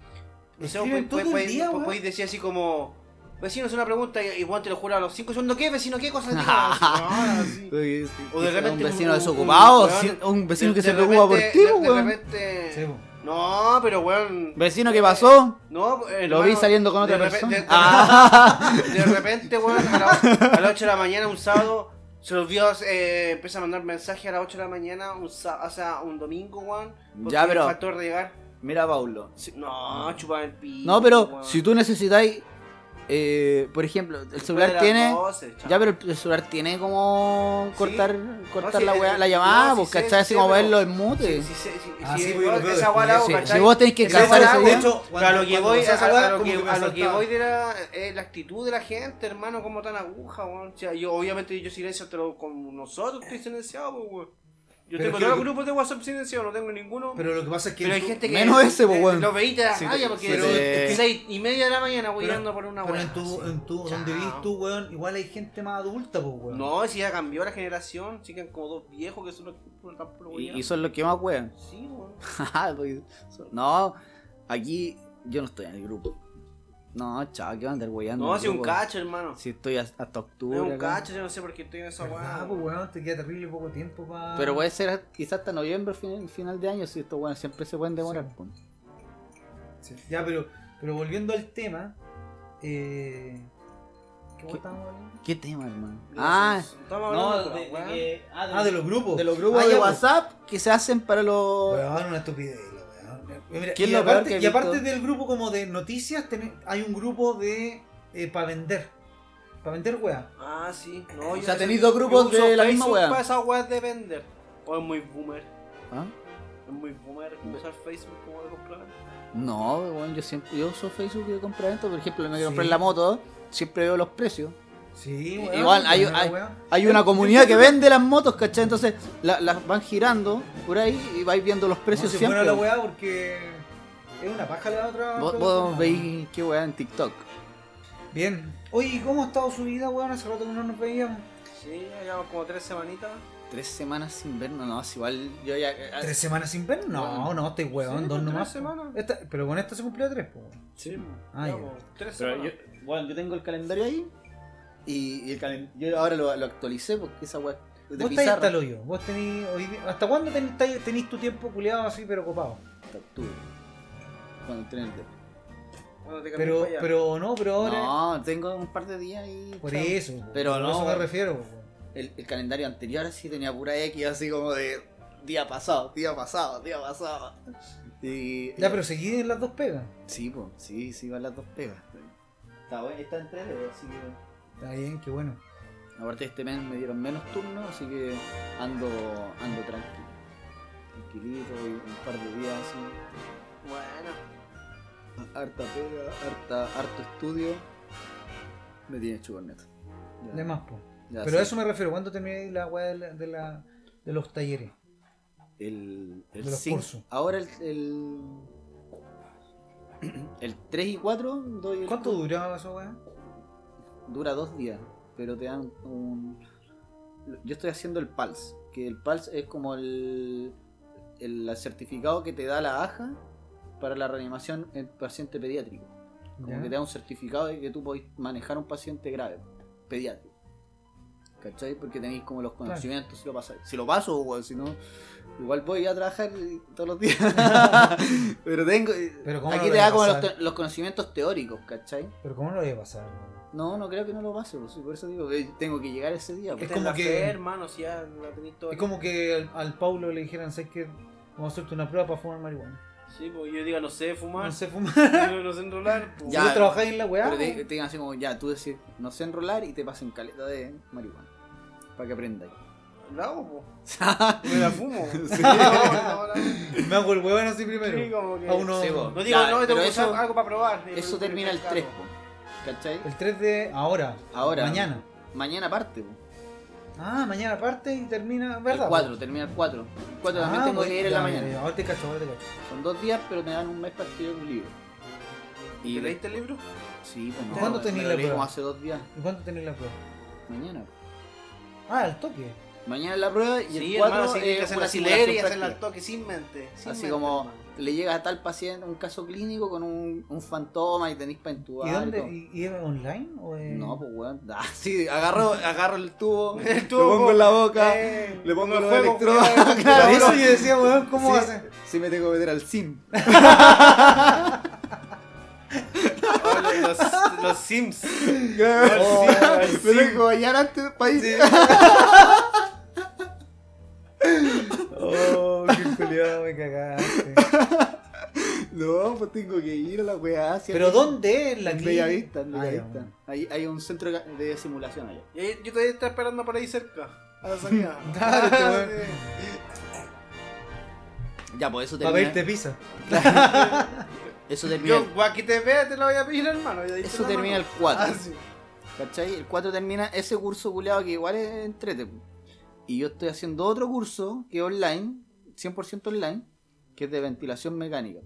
Speaker 3: No sé, pues,
Speaker 2: Escriben
Speaker 3: podéis
Speaker 2: todo el día, weón.
Speaker 3: decir así como. Vecino, es una pregunta y, y weón te lo juro a los 5 segundos. ¿Qué vecino? ¿Qué cosa? Ah, así, no, así.
Speaker 4: Uy,
Speaker 3: O de
Speaker 4: quizá
Speaker 3: repente
Speaker 4: un
Speaker 3: un-
Speaker 4: vecino
Speaker 3: un-
Speaker 4: desocupado,
Speaker 3: un weón-
Speaker 4: si- un vecino que
Speaker 3: De-
Speaker 4: se
Speaker 3: de
Speaker 4: preocupa por
Speaker 3: repente-
Speaker 4: ti, pues,
Speaker 3: de- de
Speaker 4: weón.
Speaker 3: repente-
Speaker 2: Sí, po.
Speaker 3: No, pero weón. eh,
Speaker 4: Vecino, ¿qué pasó?
Speaker 3: No,
Speaker 4: Lo vi saliendo con otra
Speaker 3: de repe-
Speaker 4: persona.
Speaker 3: de- de-
Speaker 4: Ah.
Speaker 3: De repente, weón, a, la- a las 8 de la mañana, un sábado, se los vio, eh, empieza a mandar mensajes a las 8 de la mañana, un sá- o sea, un domingo, weón. porque
Speaker 4: Ya, pero-
Speaker 3: faltó llegar.
Speaker 4: Mira, Paulo. si-
Speaker 3: No, chupa el pico.
Speaker 4: No, pero
Speaker 3: weón.
Speaker 4: si tú necesitáis, eh, por ejemplo, el
Speaker 3: Después de
Speaker 4: celular
Speaker 3: las
Speaker 4: tiene.
Speaker 3: 12, chao.
Speaker 4: Ya, pero el celular tiene como
Speaker 3: Sí.
Speaker 4: cortar, cortar
Speaker 3: sí,
Speaker 4: la,
Speaker 3: eh,
Speaker 4: weá, la
Speaker 3: no,
Speaker 4: llamada,
Speaker 3: sí
Speaker 4: pues,
Speaker 3: sé,
Speaker 4: ¿cachai?
Speaker 3: sí,
Speaker 4: Así como
Speaker 3: pero-
Speaker 4: verlo en mute.
Speaker 3: Sí, sí, sí, sí,
Speaker 2: Ah,
Speaker 3: sí,
Speaker 2: sí,
Speaker 3: weón,
Speaker 2: pues, yo veo
Speaker 3: esa weá la hago,
Speaker 4: Sí,
Speaker 3: ¿cachai?
Speaker 4: si vos tenés que
Speaker 3: Esa
Speaker 4: cazar
Speaker 3: weá
Speaker 4: esa
Speaker 3: la
Speaker 4: weá-
Speaker 3: hago, Pero a lo que
Speaker 2: Cuando
Speaker 3: voy,
Speaker 2: pasó
Speaker 3: a,
Speaker 2: esa
Speaker 3: a
Speaker 2: weá,
Speaker 3: lo
Speaker 2: como
Speaker 3: que,
Speaker 2: que me
Speaker 3: a lo que
Speaker 2: saltaba.
Speaker 3: voy de la, eh, la actitud de la gente, hermano, como tan aguja, weón. O sea, yo obviamente yo silencio te lo- con nosotros, estoy silenciado, pues, weón. Yo
Speaker 2: Pero
Speaker 3: tengo
Speaker 2: es que
Speaker 3: todos
Speaker 2: lo-
Speaker 3: los grupos de WhatsApp silenciados, no tengo ninguno. Pero,
Speaker 2: Pero lo que pasa es que.
Speaker 3: hay
Speaker 2: tú-
Speaker 3: gente que.
Speaker 4: menos ese, pues,
Speaker 3: eh,
Speaker 4: weón.
Speaker 3: Lo veí te da
Speaker 4: Sí,
Speaker 3: rabia
Speaker 4: te-
Speaker 3: porque
Speaker 4: pero-
Speaker 3: es
Speaker 4: es que-
Speaker 3: seis y media de la mañana,
Speaker 2: pero-
Speaker 3: weón, por una
Speaker 2: Pero
Speaker 3: weá
Speaker 2: en tu,
Speaker 3: así.
Speaker 2: en tu, donde
Speaker 3: Chao.
Speaker 2: vivís tú, weón, igual hay gente más adulta, pues weón.
Speaker 3: No, si ya cambió la generación, sí que como dos viejos que son los que están por
Speaker 4: Y,
Speaker 3: weón.
Speaker 4: y son los que más wean.
Speaker 3: Sí, weón.
Speaker 4: Ajá, porque son- ah, pues, no, aquí yo no estoy en el grupo. No, chao, que van a andar weyando.
Speaker 3: No,
Speaker 4: en el
Speaker 3: si un
Speaker 4: grupo?
Speaker 3: cacho, hermano.
Speaker 4: Si estoy hasta hasta octubre.
Speaker 3: Es un
Speaker 4: acá.
Speaker 3: cacho, yo no sé por qué estoy en esa
Speaker 2: ¿Verdad,
Speaker 3: weá.
Speaker 2: pues weón? Te queda terrible poco tiempo para.
Speaker 4: Pero puede ser quizás hasta noviembre, final, final de año, si estos weones siempre se pueden demorar. pues. po.
Speaker 2: Ya, pero, pero volviendo al tema. Eh... ¿Qué, weón estábamos hablando?
Speaker 4: ¿Qué tema, hermano?
Speaker 3: Mira,
Speaker 4: Ah,
Speaker 3: si- si estamos
Speaker 4: no,
Speaker 3: hablando
Speaker 4: de,
Speaker 3: de, la
Speaker 4: de
Speaker 3: weá.
Speaker 4: que- ah, de
Speaker 2: Ah, de los grupos.
Speaker 4: de los grupos
Speaker 2: Ah,
Speaker 4: de
Speaker 2: ya, pues.
Speaker 4: WhatsApp que se hacen para los.
Speaker 2: Weón, una estupidez, la weón. Mira,
Speaker 4: ¿Qué es
Speaker 2: y,
Speaker 4: lo peor
Speaker 2: aparte,
Speaker 4: que he
Speaker 2: y aparte
Speaker 4: visto?
Speaker 2: del grupo como de noticias, tenés- hay un grupo de. para vender. Para vender weá.
Speaker 3: Ah, sí. No,
Speaker 4: O
Speaker 3: yo
Speaker 4: sea,
Speaker 3: no
Speaker 4: tenéis
Speaker 3: sé.
Speaker 4: dos grupos
Speaker 3: Yo uso
Speaker 4: de la misma
Speaker 3: Facebook
Speaker 4: weá.
Speaker 3: para esa weá de vender. O es muy boomer.
Speaker 4: ¿Ah?
Speaker 3: Es muy boomer usar Facebook como de comprar.
Speaker 4: No, weón, yo siempre yo uso Facebook de compra-venta. Por ejemplo, me
Speaker 2: Sí.
Speaker 4: quiero comprar la moto, siempre veo los precios.
Speaker 2: Sí, weón.
Speaker 4: Igual, hay-
Speaker 2: primera weá.
Speaker 4: Hay
Speaker 2: Yo-
Speaker 4: una
Speaker 2: yo
Speaker 4: comunidad que
Speaker 2: encuentro-
Speaker 4: vende las motos, ¿cachai? Entonces la- las van girando por ahí y vais viendo los
Speaker 2: No,
Speaker 4: precios
Speaker 2: si
Speaker 4: siempre.
Speaker 2: fuera la weá porque. Es una paja la otra.
Speaker 4: vos vos
Speaker 2: producción.
Speaker 4: veis qué weá en TikTok.
Speaker 2: Bien. Oye, ¿y ¿cómo ha estado su vida, weón? Hace rato que no nos veíamos.
Speaker 3: Sí, ya llevamos como tres semanitas.
Speaker 4: Tres semanas sin ver, no, no, es igual yo ya. eh,
Speaker 2: ¿Tres semanas sin ver? No,
Speaker 4: Bueno.
Speaker 2: no, estoy weón,
Speaker 3: Sí,
Speaker 2: dos
Speaker 3: pues, tres
Speaker 2: nomás.
Speaker 3: semanas.
Speaker 2: Esta- pero con esta se cumplió tres, pues.
Speaker 4: sí.
Speaker 2: Ah, ya.
Speaker 3: Llevamos tres
Speaker 4: Pero
Speaker 3: semanas.
Speaker 4: yo- bueno, yo tengo el calendario ahí y, y el calen- yo ahora lo, lo actualicé porque esa weá es de
Speaker 2: Vos estáis hasta
Speaker 4: pizarra.
Speaker 2: el hoyo. Vos tenís, hoy día- ¿Hasta cuándo tenís, estáis- tenís tu tiempo culiado así, pero copado?
Speaker 4: Hasta octubre. Cuando entré en el depo.
Speaker 3: Cuando te cambies
Speaker 2: Pero,
Speaker 3: para allá.
Speaker 2: pero no, pero ahora.
Speaker 4: No, tengo un par de días y.
Speaker 2: por
Speaker 4: chao.
Speaker 2: eso.
Speaker 4: Pero
Speaker 2: por
Speaker 4: no,
Speaker 2: eso me
Speaker 4: weón.
Speaker 2: refiero.
Speaker 4: El, el calendario anterior sí tenía pura X, así como de día pasado, día pasado, día pasado. Y, eh,
Speaker 2: Ya, pero seguí en las dos pegas.
Speaker 4: Sí, po, sí, sí, van las dos pegas. Está bueno, está en 3 así que.
Speaker 2: Está bien, qué bueno.
Speaker 4: Aparte, este mes me dieron menos turnos, así que ando, ando tranquilo. Tranquilito, y un par de días así.
Speaker 3: Bueno.
Speaker 4: Harta pega, harta, harto estudio. Me tiene chucorneta. Ya,
Speaker 2: De más, po.
Speaker 4: ya
Speaker 2: Pero a
Speaker 4: sí.
Speaker 2: eso me refiero. ¿Cuándo terminé la weá de, la- de, la- de los talleres?
Speaker 4: El, el
Speaker 2: De los
Speaker 4: cinco-
Speaker 2: cursos.
Speaker 4: Ahora el, el. el 3 y 4 doy el
Speaker 2: ¿Cuánto duraba esa weá?
Speaker 4: dura dos días, pero te dan un... Yo estoy haciendo el PALS, que el PALS es como el, el certificado que te da la AJA para la reanimación en paciente pediátrico. Como
Speaker 2: Ya.
Speaker 4: que te da un certificado de que tú podés manejar un paciente grave, pediátrico. ¿Cachai? Porque tenéis como los conocimientos si lo pasáis. Si lo paso, weón, si no, igual voy a trabajar eh, todos los días. Pero tengo. eh,
Speaker 2: Pero ¿cómo
Speaker 4: aquí
Speaker 2: no lo
Speaker 4: te
Speaker 2: voy
Speaker 4: da
Speaker 2: a
Speaker 4: como los,
Speaker 2: pasar?
Speaker 4: te- los conocimientos teóricos, ¿cachai?
Speaker 2: Pero ¿cómo lo voy a pasar? weón?
Speaker 4: No, no creo que no lo pase, pues, sí, por eso digo, eh, tengo que llegar ese día. pues.
Speaker 2: Es
Speaker 3: Es
Speaker 2: como
Speaker 3: como
Speaker 2: que-
Speaker 3: hermano, si ya la tenéis toda.
Speaker 2: Es como que al, al Paulo le dijeran, ¿sabes qué? Vamos a hacerte una prueba para fumar marihuana.
Speaker 3: Sí, pues yo diga, no sé fumar,
Speaker 2: No
Speaker 3: no
Speaker 2: sé fumar.
Speaker 3: no sé enrolar. pues.
Speaker 4: Ya.
Speaker 2: ¿No trabajáis en la weá?
Speaker 4: Pero te, te digan así como, ya, tú decís, no sé enrolar y te pasen caleta de marihuana. Para que aprendáis.
Speaker 3: La hago, pues. Me la fumo.
Speaker 4: Sí.
Speaker 3: No, no, la-
Speaker 2: Me hago el weón así
Speaker 3: Sí,
Speaker 2: primero.
Speaker 3: como que-
Speaker 2: A uno.
Speaker 4: Sí, vos.
Speaker 3: No digo,
Speaker 4: Ya,
Speaker 3: no,
Speaker 4: pero
Speaker 3: tengo que
Speaker 4: eso-
Speaker 3: usar algo para probar.
Speaker 4: Eso termina el pues. 3, po, ¿cachai?
Speaker 2: El 3 de ahora.
Speaker 4: Ahora.
Speaker 2: Mañana.
Speaker 4: Mañana parte, po.
Speaker 2: Ah, mañana parte y termina,
Speaker 4: el
Speaker 2: ¿verdad?
Speaker 4: 4, termina el 4. El 4 también
Speaker 2: Ah,
Speaker 4: tengo que
Speaker 2: bueno,
Speaker 4: leer en la
Speaker 2: ya,
Speaker 4: mañana.
Speaker 2: ya, ya, Ahora te cacho, ahora te cacho.
Speaker 4: Son dos días, pero me dan un mes para escribir un libro.
Speaker 3: ¿Y
Speaker 4: Y de-
Speaker 3: leíste el libro?
Speaker 4: Sí, pues no,
Speaker 2: ¿Cuándo
Speaker 4: me
Speaker 2: tenés
Speaker 4: lo
Speaker 2: la
Speaker 4: leí
Speaker 2: prueba?
Speaker 4: como hace dos días.
Speaker 2: ¿Y cuánto tenés la prueba?
Speaker 4: Mañana.
Speaker 2: Ah, al toque.
Speaker 4: Mañana la prueba y
Speaker 3: Sí,
Speaker 4: el 4
Speaker 3: hermano, sí, hay que
Speaker 4: es
Speaker 3: hacerla
Speaker 4: una
Speaker 3: así leer y
Speaker 4: simulación
Speaker 3: hacerla al
Speaker 4: práctica.
Speaker 3: toque sin mente. sin
Speaker 4: Así
Speaker 3: mente,
Speaker 4: como
Speaker 3: hermano.
Speaker 4: le llega a tal paciente un caso clínico con un, un fantoma y tenéis para entubar.
Speaker 2: ¿Y dónde?
Speaker 4: todo.
Speaker 2: ¿Y, y es online? O es-
Speaker 4: No, pues weón. Ah, sí, agarro, agarro el tubo,
Speaker 3: El
Speaker 4: lo pongo
Speaker 3: tubo,
Speaker 4: en la boca,
Speaker 3: eh,
Speaker 4: le pongo
Speaker 3: no
Speaker 4: los
Speaker 3: juego,
Speaker 4: electrodos.
Speaker 3: juego,
Speaker 2: Por
Speaker 4: Claro,
Speaker 2: eso
Speaker 4: no.
Speaker 2: yo decía, weón, ¿cómo
Speaker 4: Sí,
Speaker 2: hacen?
Speaker 4: sí me tengo que meter al sim.
Speaker 3: Oye, Los, los Sims.
Speaker 2: Oh,
Speaker 4: Me tengo que bañar antes para ir.
Speaker 2: Oh, qué culiado, me cagaste.
Speaker 4: No, pues tengo que ir a la weá. si
Speaker 2: ¿Pero
Speaker 4: alguien-
Speaker 2: dónde es la
Speaker 4: En
Speaker 2: clínica?
Speaker 4: Bellavista, en
Speaker 2: Ah, ya,
Speaker 4: Bellavista.
Speaker 2: bueno.
Speaker 4: Hay, hay un centro de de simulación allá.
Speaker 3: Y ahí- Yo todavía estoy esperando por ahí cerca. A la salida.
Speaker 2: Claro, este weón.
Speaker 3: Sí.
Speaker 4: Ya, pues eso
Speaker 2: Para
Speaker 4: termina.
Speaker 2: pedirte pizza.
Speaker 4: Eso termina,
Speaker 3: Yo, aquí te vea, te lo voy a pedir, hermano. Ya
Speaker 4: eso termina el
Speaker 3: Ah,
Speaker 4: 4. ¿Cachai? El 4 termina ese curso culeado que igual es entrete. pu. Y yo estoy haciendo otro curso que es online, 100% online, que es de ventilación mecánica.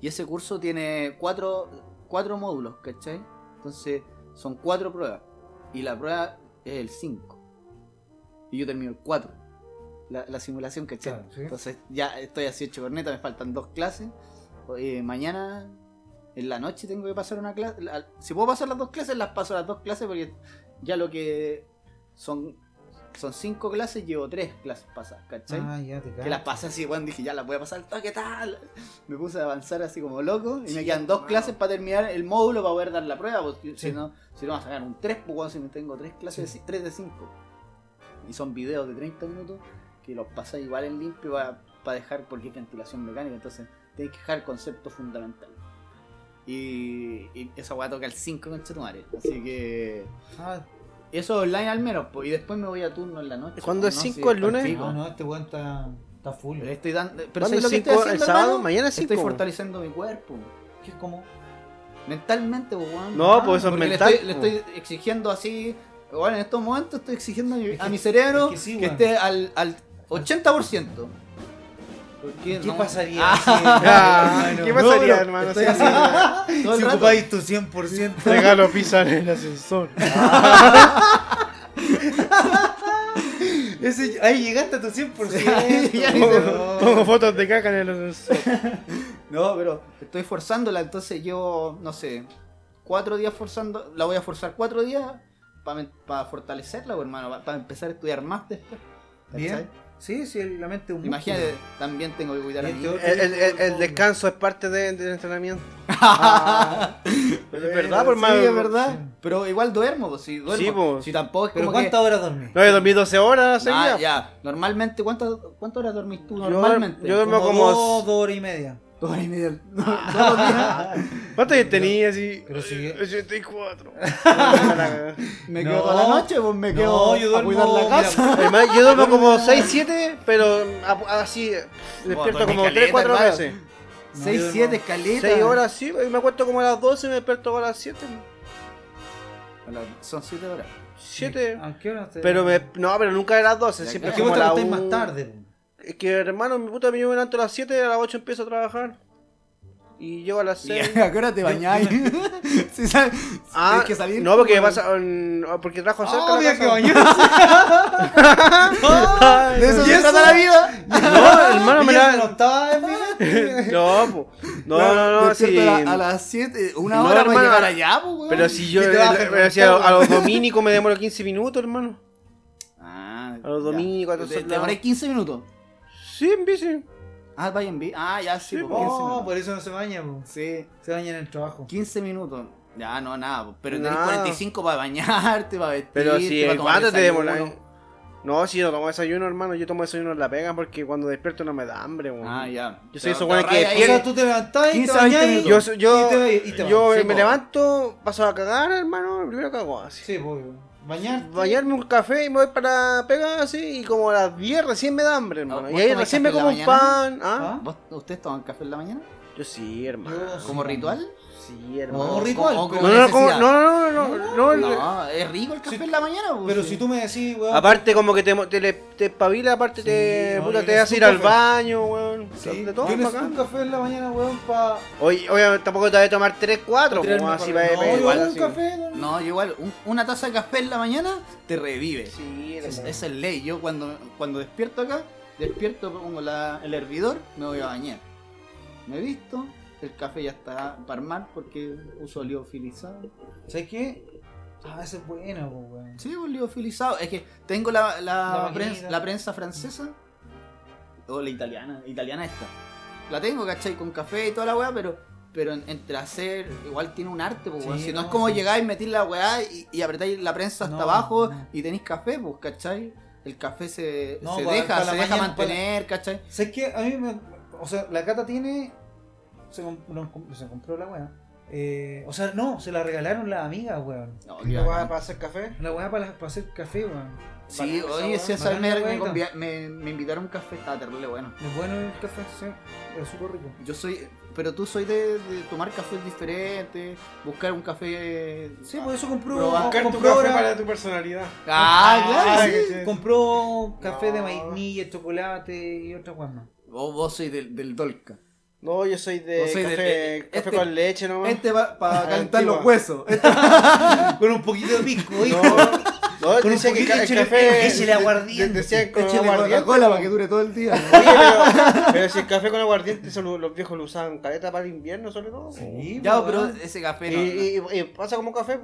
Speaker 4: Y ese curso tiene cuatro, cuatro módulos, ¿cachai? Entonces son cuatro pruebas. Y la prueba es el 5. Y yo termino el 4. La, la simulación, ¿cachai?
Speaker 2: Claro, sí.
Speaker 4: Entonces ya estoy así hecho corneta, me faltan dos clases. Eh, mañana en la noche tengo que pasar una clase. la- Si puedo pasar las dos clases, las paso las dos clases porque ya lo que son son cinco clases, llevo tres clases pasadas, ¿cachai?
Speaker 2: Ah, ya te cago.
Speaker 4: que las pasé así, bueno, dije, ya las voy a pasar al toque, tal. Me puse a avanzar así como loco y me
Speaker 3: Sí,
Speaker 4: quedan dos
Speaker 3: hermano.
Speaker 4: clases para terminar el módulo para poder dar la prueba, porque
Speaker 2: Sí.
Speaker 4: si no, si no vas a sacar un 3, pues bueno, si no tengo tres clases,
Speaker 2: Sí.
Speaker 4: de ci- tres de cinco. Y son videos de 30 minutos que los pasáis igual en limpio para dejar, porque es ventilación mecánica, entonces tenés que dejar conceptos fundamentales. Y, y esa weá toca el 5 con Chetumare. Así que.
Speaker 2: Ah,
Speaker 4: Eso online al menos, pues. Y después me voy a turno en la noche.
Speaker 5: ¿Cuándo
Speaker 4: pues, no,
Speaker 5: es cinco,
Speaker 4: Sí,
Speaker 5: el lunes? Ah,
Speaker 4: palpico.
Speaker 2: no, no, este weón está, está full.
Speaker 4: Le estoy dando. Pero
Speaker 5: ¿Cuándo
Speaker 4: ¿sabes
Speaker 5: es
Speaker 4: lo que
Speaker 5: cinco?
Speaker 4: estoy haciendo,
Speaker 5: ¿El sábado?
Speaker 4: hermano?
Speaker 5: Mañana es
Speaker 4: Estoy
Speaker 5: cinco.
Speaker 4: fortaleciendo mi cuerpo.
Speaker 2: ¿Qué es como?
Speaker 4: Mentalmente, pues, weón.
Speaker 5: No, pues eso es
Speaker 4: Porque le
Speaker 5: mental,
Speaker 4: estoy- Le
Speaker 5: pues.
Speaker 4: estoy, exigiendo así. Bueno, en estos momentos estoy exigiendo a mi-
Speaker 2: Es que-
Speaker 4: a mi cerebro
Speaker 2: es
Speaker 4: que,
Speaker 2: que sí, weón.
Speaker 4: esté al, al 80%.
Speaker 2: ¿Qué
Speaker 4: Porque no-
Speaker 2: pasaría?
Speaker 4: Ah,
Speaker 2: si-
Speaker 5: Ah,
Speaker 2: hermano?
Speaker 5: ¿Qué pasaría,
Speaker 2: No, pero
Speaker 5: hermano?
Speaker 2: Estoy
Speaker 5: Sí,
Speaker 2: así,
Speaker 4: todo el
Speaker 2: si
Speaker 4: rato.
Speaker 2: ocupáis tu 100%.
Speaker 5: Regalo pizza en el ascensor.
Speaker 2: Ese- ahí llegaste a tu 100%.
Speaker 4: Ya ni se-
Speaker 5: Pongo,
Speaker 2: weón.
Speaker 5: pongo fotos de caca en el ascensor.
Speaker 4: No, pero estoy forzándola, entonces yo, no sé, cuatro días forzando, la voy a forzar cuatro días para fortalecerla, pues, hermano, para empezar a estudiar más después. ¿cachai?
Speaker 2: Bien. Sí, sí, la mente es un este
Speaker 4: Imagínate, también tengo que cuidar a
Speaker 2: Bien,
Speaker 4: mi
Speaker 2: te
Speaker 4: hijo.
Speaker 2: odio.
Speaker 5: El, el- el- el descanso es parte de- del entrenamiento.
Speaker 4: Es
Speaker 5: verdad, pues, hermano.
Speaker 4: Sí, es verdad.
Speaker 2: Sí.
Speaker 4: Pero igual duermo, pues si duermo.
Speaker 5: Sí, pues.
Speaker 4: Si tampoco es
Speaker 2: Pero
Speaker 4: como que-
Speaker 2: ¿cuántas horas dormí?
Speaker 5: No, yo dormí 12 horas
Speaker 4: Ah,
Speaker 5: seguidas.
Speaker 4: ya. Normalmente, ¿cuántas cuántas horas dormís tú
Speaker 5: Yo-
Speaker 4: normalmente?
Speaker 5: yo- duermo como-
Speaker 2: dos, dos horas y media.
Speaker 4: Dos horas y media. No, todos los días.
Speaker 5: ¿Cuánto yo tenía así? Eh,
Speaker 2: Pero si-
Speaker 5: 84.
Speaker 4: Me
Speaker 2: No.
Speaker 4: quedo toda la noche, pues me
Speaker 2: No,
Speaker 4: quedo
Speaker 2: yo
Speaker 4: a
Speaker 2: duermo-
Speaker 4: cuidar la
Speaker 2: mira,
Speaker 4: casa.
Speaker 5: Además, yo duermo como 6, 7, pero a- así despierto
Speaker 4: dormí
Speaker 5: como
Speaker 4: caleta,
Speaker 5: 3, 4
Speaker 4: hermano.
Speaker 5: veces.
Speaker 2: No,
Speaker 4: 6,
Speaker 2: yo no.
Speaker 4: 7, caleta.
Speaker 5: 6 horas, sí, y me acuesto como a las 12 y me despierto a las 7.
Speaker 4: A las- Son 7 horas.
Speaker 5: 7.
Speaker 3: Ah,
Speaker 2: ¿A qué hora te-
Speaker 5: Pero me, no, pero nunca a las 12,
Speaker 4: Ya,
Speaker 5: siempre
Speaker 2: Es
Speaker 4: claro.
Speaker 2: que
Speaker 5: como
Speaker 2: vos te
Speaker 5: a la
Speaker 2: acostás
Speaker 5: u-
Speaker 2: más tarde.
Speaker 5: Es que hermano, mi puta, yo me levanto a las 7, a las 8 empiezo a trabajar. y llego a las 6.
Speaker 4: ¿A qué hora te bañáis? Si sal-
Speaker 5: Ah,
Speaker 4: ¿Tienes que salir?
Speaker 5: no, porque
Speaker 4: Bueno.
Speaker 5: pasa, en- porque trabajo cerca.
Speaker 2: Ah,
Speaker 5: la
Speaker 2: había
Speaker 5: casa.
Speaker 2: que bañarse.
Speaker 4: De eso
Speaker 2: ¿Y
Speaker 4: se
Speaker 2: eso?
Speaker 4: trata la vida.
Speaker 5: No, hermano, me
Speaker 2: Y
Speaker 5: la...
Speaker 2: eso no estaba en mi mente.
Speaker 5: No, po. no,
Speaker 4: Claro,
Speaker 5: no, no,
Speaker 4: despierto
Speaker 5: sí.
Speaker 4: a, la- a las 7, una
Speaker 5: No,
Speaker 4: hora para
Speaker 5: hermano.
Speaker 4: llegar allá, pues, weón.
Speaker 5: Pero si yo,
Speaker 2: Y te vas a
Speaker 5: pero si a, a los dominicos me demoro 15 minutos, hermano.
Speaker 4: Ah,
Speaker 5: A los
Speaker 4: ya.
Speaker 5: dominicos, a
Speaker 4: Te-
Speaker 5: todos
Speaker 4: Te
Speaker 5: esos
Speaker 4: demoré
Speaker 5: lados.
Speaker 4: 15 minutos.
Speaker 5: Sí, en bici.
Speaker 4: Ah, vaya en vi- Ah, ya, sí,
Speaker 5: Sí,
Speaker 4: pues, 15
Speaker 2: Oh,
Speaker 4: minutos.
Speaker 2: por eso no se baña, po.
Speaker 4: Sí,
Speaker 2: se baña en el trabajo.
Speaker 4: 15 minutos. Ya, no, nada, pues, pero tenés
Speaker 5: Nada.
Speaker 4: 45 para bañarte, para vestirte,
Speaker 5: Pero si
Speaker 4: para
Speaker 5: el
Speaker 4: tomar
Speaker 5: guato te
Speaker 4: desayuno.
Speaker 5: demora. No, si yo no tomo desayuno, hermano, yo tomo desayuno en la pega porque cuando despierto no me da hambre, weón.
Speaker 4: Ah, ya.
Speaker 5: Yo
Speaker 4: Te-
Speaker 5: soy esos
Speaker 4: te
Speaker 5: weones
Speaker 4: ahorras
Speaker 5: que
Speaker 4: ahí
Speaker 2: O sea,
Speaker 5: despiertan.
Speaker 2: tú te levantás y te
Speaker 4: 15 a 20
Speaker 2: bañás y-
Speaker 5: Yo,
Speaker 4: minutos.
Speaker 5: so- yo,
Speaker 2: Y te va- y te va.
Speaker 5: yo
Speaker 4: Sí,
Speaker 5: me
Speaker 4: po.
Speaker 5: levanto, paso a cagar, hermano, primero cago así.
Speaker 2: Sí, po. Bañar.
Speaker 5: Bañarme un café y me voy para pegar así y como a las 10 recién me da hambre,
Speaker 2: Ah,
Speaker 5: hermano.
Speaker 4: ¿Vos
Speaker 5: Y ahí
Speaker 4: tomás café
Speaker 5: recién me
Speaker 4: en la
Speaker 5: como un
Speaker 4: mañana?
Speaker 5: pan. ¿Ah?
Speaker 4: ¿Vos, ¿Ustedes toman café en la mañana?
Speaker 5: Yo sí, hermano.
Speaker 2: Yo-
Speaker 4: ¿Como
Speaker 2: Sí.
Speaker 4: ritual?
Speaker 5: Sí,
Speaker 2: ¿Ah? No,
Speaker 5: hermano.
Speaker 2: ritual.
Speaker 4: como-
Speaker 2: pero-
Speaker 5: No, no, como-
Speaker 4: necesidad.
Speaker 5: no, no, no, no, no, no.
Speaker 4: No, es rico el café en la mañana, pues,
Speaker 2: Pero
Speaker 4: sí.
Speaker 2: si tú me decís, weón.
Speaker 5: Aparte como que te, mo- te, le- te espabila, aparte
Speaker 2: Sí,
Speaker 5: te,
Speaker 2: no,
Speaker 5: puta,
Speaker 2: yo
Speaker 5: te vas a ir
Speaker 2: necesito
Speaker 5: al
Speaker 2: café.
Speaker 5: baño, weón.
Speaker 2: sí,
Speaker 5: de todo
Speaker 2: yo
Speaker 5: pa'
Speaker 2: necesito
Speaker 5: acá.
Speaker 2: un café en la mañana, weón, para.
Speaker 5: Oye, obviamente tampoco te vas a tomar 3, 4,
Speaker 2: Tirarme
Speaker 5: como así
Speaker 2: para-
Speaker 5: va
Speaker 2: No, yo
Speaker 5: igual
Speaker 2: un
Speaker 5: así.
Speaker 2: café, weón.
Speaker 4: No, yo igual, un- una taza de café en la mañana te revive.
Speaker 5: Sí,
Speaker 4: Es-
Speaker 5: hermano.
Speaker 4: esa es ley. Yo cuando, cuando despierto acá, despierto, pongo la- el hervidor, me voy a bañar. Me visto, el café ya está para armar porque uso liofilizado.
Speaker 2: ¿Sabes qué? Ah, ese es bueno, po, weón.
Speaker 4: Sí, un liofilizado. Es que tengo la, la,
Speaker 2: La maquinita.
Speaker 4: prensa, la prensa francesa o la italiana, italiana esta. La tengo, ¿cachai? Con café y toda la weá, pero, pero en- entre hacer, igual tiene un arte, pues,
Speaker 2: Sí,
Speaker 4: weón. Si no,
Speaker 2: no,
Speaker 4: es como
Speaker 2: sí.
Speaker 4: llegar y meter la weá y, y apretáis la prensa hasta
Speaker 2: No,
Speaker 4: abajo
Speaker 2: no.
Speaker 4: y tenéis café, pues, ¿cachai? El café se,
Speaker 2: No,
Speaker 4: se
Speaker 2: para-
Speaker 4: deja,
Speaker 2: para la
Speaker 4: se deja
Speaker 2: mañana, para la-
Speaker 4: mantener, ¿cachai?
Speaker 2: ¿Sabes qué? A mí me. O sea, la cata tiene. Se, comp- no, com- se compró la weá. Eh, o sea, no, se la regalaron las amigas, weón.
Speaker 4: No,
Speaker 5: ¿Te
Speaker 4: qué
Speaker 5: vas
Speaker 4: bacán.
Speaker 5: a hacer café?
Speaker 2: La weá para, para hacer café, weón.
Speaker 4: sí,
Speaker 5: esa
Speaker 4: oye,
Speaker 5: weá.
Speaker 4: si esa vez me,
Speaker 2: Bacán la
Speaker 4: me
Speaker 2: weá.
Speaker 4: convia- me- me invitaron a un café, estaba terrible bueno.
Speaker 2: Es bueno el café, sí. Es súper rico.
Speaker 4: Yo soy, pero tú soy de, de tomar cafés diferentes, buscar un café...
Speaker 2: Sí,
Speaker 4: Ah,
Speaker 2: por eso compró.
Speaker 4: Probar.
Speaker 5: Buscar tu
Speaker 2: compró
Speaker 5: café
Speaker 2: ahora-
Speaker 5: para tu personalidad.
Speaker 4: Ah, claro,
Speaker 2: Ah,
Speaker 4: sí.
Speaker 5: sí.
Speaker 2: Compró café de
Speaker 5: No.
Speaker 2: vainilla, chocolate y otra weá más.
Speaker 4: Vos, vos sois del, del Dolca.
Speaker 5: No, yo soy de
Speaker 4: Vos sois de-
Speaker 5: café,
Speaker 4: de-
Speaker 5: café
Speaker 4: este-
Speaker 5: con leche nomás.
Speaker 4: Este va para calentar
Speaker 5: Antigua.
Speaker 4: los huesos. Este-
Speaker 2: Con un poquito de pisco, hijo.
Speaker 5: No, no,
Speaker 2: Con un
Speaker 5: decía que
Speaker 2: poquito
Speaker 5: ca-
Speaker 2: de
Speaker 5: el
Speaker 2: chile-
Speaker 5: café...
Speaker 2: échele aguardiente.
Speaker 5: de- Decían con
Speaker 4: échale
Speaker 5: aguardiente.
Speaker 4: Coca-Cola para que dure todo el día.
Speaker 5: Oye, pero, pero si el café con aguardiente, eso lo- los viejos lo usaban caleta para el invierno sobre todo.
Speaker 2: Sí, pues,
Speaker 4: ya,
Speaker 2: weón.
Speaker 4: pero ese café
Speaker 5: Y,
Speaker 4: no.
Speaker 5: y- y pasa como café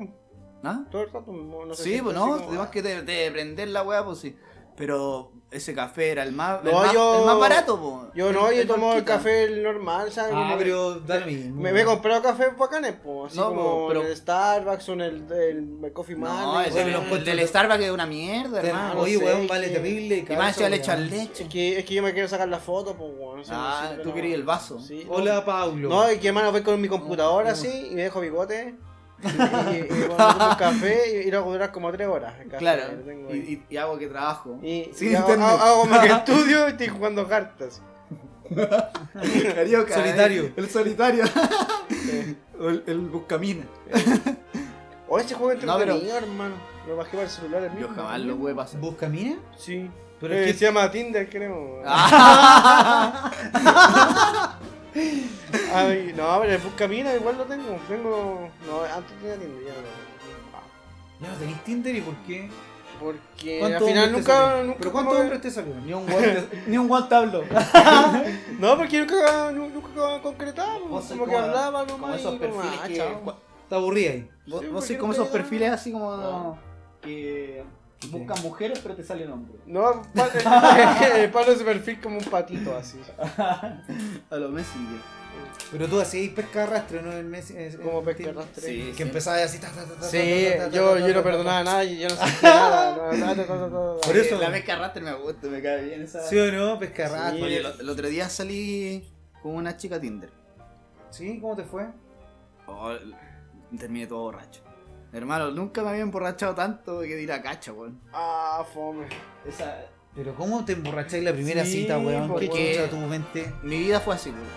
Speaker 4: ¿Ah?
Speaker 5: todo el rato. No sé
Speaker 4: Sí,
Speaker 5: si
Speaker 4: pues
Speaker 5: así
Speaker 4: no,
Speaker 5: como-
Speaker 4: tenemos que te, te prender la weá, pues sí. Pero ese café era el más, el
Speaker 5: No,
Speaker 4: más,
Speaker 5: yo-
Speaker 4: el más barato, pues.
Speaker 5: Yo no, yo tomo el
Speaker 4: Dolquita.
Speaker 5: ah, café el normal, ¿sabes?
Speaker 2: Ah,
Speaker 5: Como-
Speaker 2: pero da lo mismo.
Speaker 5: Me, me he comprado café bacanes, pues, así
Speaker 4: No,
Speaker 5: como
Speaker 4: pero-
Speaker 5: en el Starbucks o en el, el, el Coffee Man.
Speaker 4: No, el,
Speaker 2: Oye,
Speaker 4: el-
Speaker 2: lo
Speaker 4: el
Speaker 2: encuentro-
Speaker 4: del Starbucks es una mierda,
Speaker 2: Te-
Speaker 4: hermano.
Speaker 2: Oye,
Speaker 5: no
Speaker 2: weón,
Speaker 5: sé,
Speaker 2: vale
Speaker 5: que-
Speaker 2: terrible.
Speaker 4: Y más
Speaker 2: cabeza,
Speaker 4: ya le
Speaker 2: weón.
Speaker 4: echan leche.
Speaker 5: Es que, es que yo me quiero sacar la foto, pues, weón. si no
Speaker 4: Ah,
Speaker 5: sirve
Speaker 4: tú
Speaker 5: la-
Speaker 4: querías el vaso.
Speaker 5: Sí.
Speaker 2: Hola, Pablo.
Speaker 5: No, eh, y que hermano, voy con mi computadora
Speaker 4: No,
Speaker 5: así y me dejo bigote. Y, y, y, y bueno, tomo un café y, y lo hago durar como tres horas. el café que lo
Speaker 4: Claro,
Speaker 5: tengo
Speaker 4: y,
Speaker 5: ahí.
Speaker 4: y- y hago que trabajo.
Speaker 5: Y,
Speaker 4: Sin
Speaker 5: y hago,
Speaker 4: internet.
Speaker 5: hago- hago como que estudio y estoy jugando cartas.
Speaker 4: Carioca,
Speaker 2: Solitario.
Speaker 4: eh, El solitario. O el, el buscamina.
Speaker 5: O ese juego
Speaker 4: No, pero-
Speaker 5: entretenido, hermano. Lo bajé para el celular. el
Speaker 4: Yo
Speaker 5: mismo.
Speaker 4: jamás lo pude pasar.
Speaker 2: ¿Busca mina?
Speaker 5: Sí.
Speaker 2: Pero
Speaker 5: Eh,
Speaker 2: es que-
Speaker 5: Se llama Tinder, creo. Ay, no, pero el Buscamina igual lo tengo. Tengo. No, antes tenía Tinder, ya no lo tengo.
Speaker 2: Ya no tenéis Tinder y por qué.
Speaker 5: Porque Eh, al
Speaker 2: ¿Cuántos
Speaker 5: final
Speaker 2: hombres te
Speaker 5: nunca.
Speaker 2: salieron?
Speaker 5: nunca
Speaker 2: ¿Pero cuántos
Speaker 5: como-
Speaker 2: hombres te salieron?
Speaker 4: Ni un guante, ni un guante habló.
Speaker 5: No, porque nunca, nu- nunca concretamos.
Speaker 4: Vos sois
Speaker 5: Como que
Speaker 4: como-
Speaker 5: hablaba nomás.
Speaker 4: Como esos
Speaker 5: y como,
Speaker 4: perfiles
Speaker 5: ah,
Speaker 4: que-
Speaker 5: chao.
Speaker 2: Te aburrí ahí.
Speaker 4: Vos, vos
Speaker 5: Sí, porque
Speaker 4: sois como
Speaker 5: no te
Speaker 4: esos
Speaker 5: da-
Speaker 4: perfiles así como
Speaker 5: No.
Speaker 4: que buscan mujeres pero te salen hombres.
Speaker 5: No, pa- el palo ese perfil como un patito así.
Speaker 4: A los Messenger.
Speaker 2: Pero tú hacías pesca de arrastre, ¿no? En Messi- en-
Speaker 5: Como
Speaker 2: en
Speaker 5: pesca
Speaker 2: Tinder.
Speaker 5: arrastre.
Speaker 4: Sí.
Speaker 2: Que empezaba así. ta, ta, ta, ta,
Speaker 5: Sí,
Speaker 2: ta, ta, ta,
Speaker 5: yo,
Speaker 2: ta,
Speaker 5: yo no
Speaker 2: ta, ta,
Speaker 5: perdonaba
Speaker 2: ta.
Speaker 5: a nadie, yo no sentía nada. no, nada, nada, nada, nada.
Speaker 2: Por eso-
Speaker 4: La vez que arrastre me gusta, me cae bien esa.
Speaker 2: ¿Sí o no? Pesca de
Speaker 5: Sí.
Speaker 2: arrastre.
Speaker 4: Oye, el, el otro día salí con una chica Tinder.
Speaker 2: ¿Sí? ¿Cómo te fue?
Speaker 4: Oh, terminé todo borracho. Hermano, nunca me había emborrachado tanto que dirá cacha, weón.
Speaker 5: Ah, fome.
Speaker 4: Esa,
Speaker 2: Pero ¿cómo te emborracháis la primera
Speaker 5: Sí, pues,
Speaker 2: cita, weón?
Speaker 5: porque-
Speaker 2: ¿Qué chucha tu mente?
Speaker 4: mi vida fue así, weón.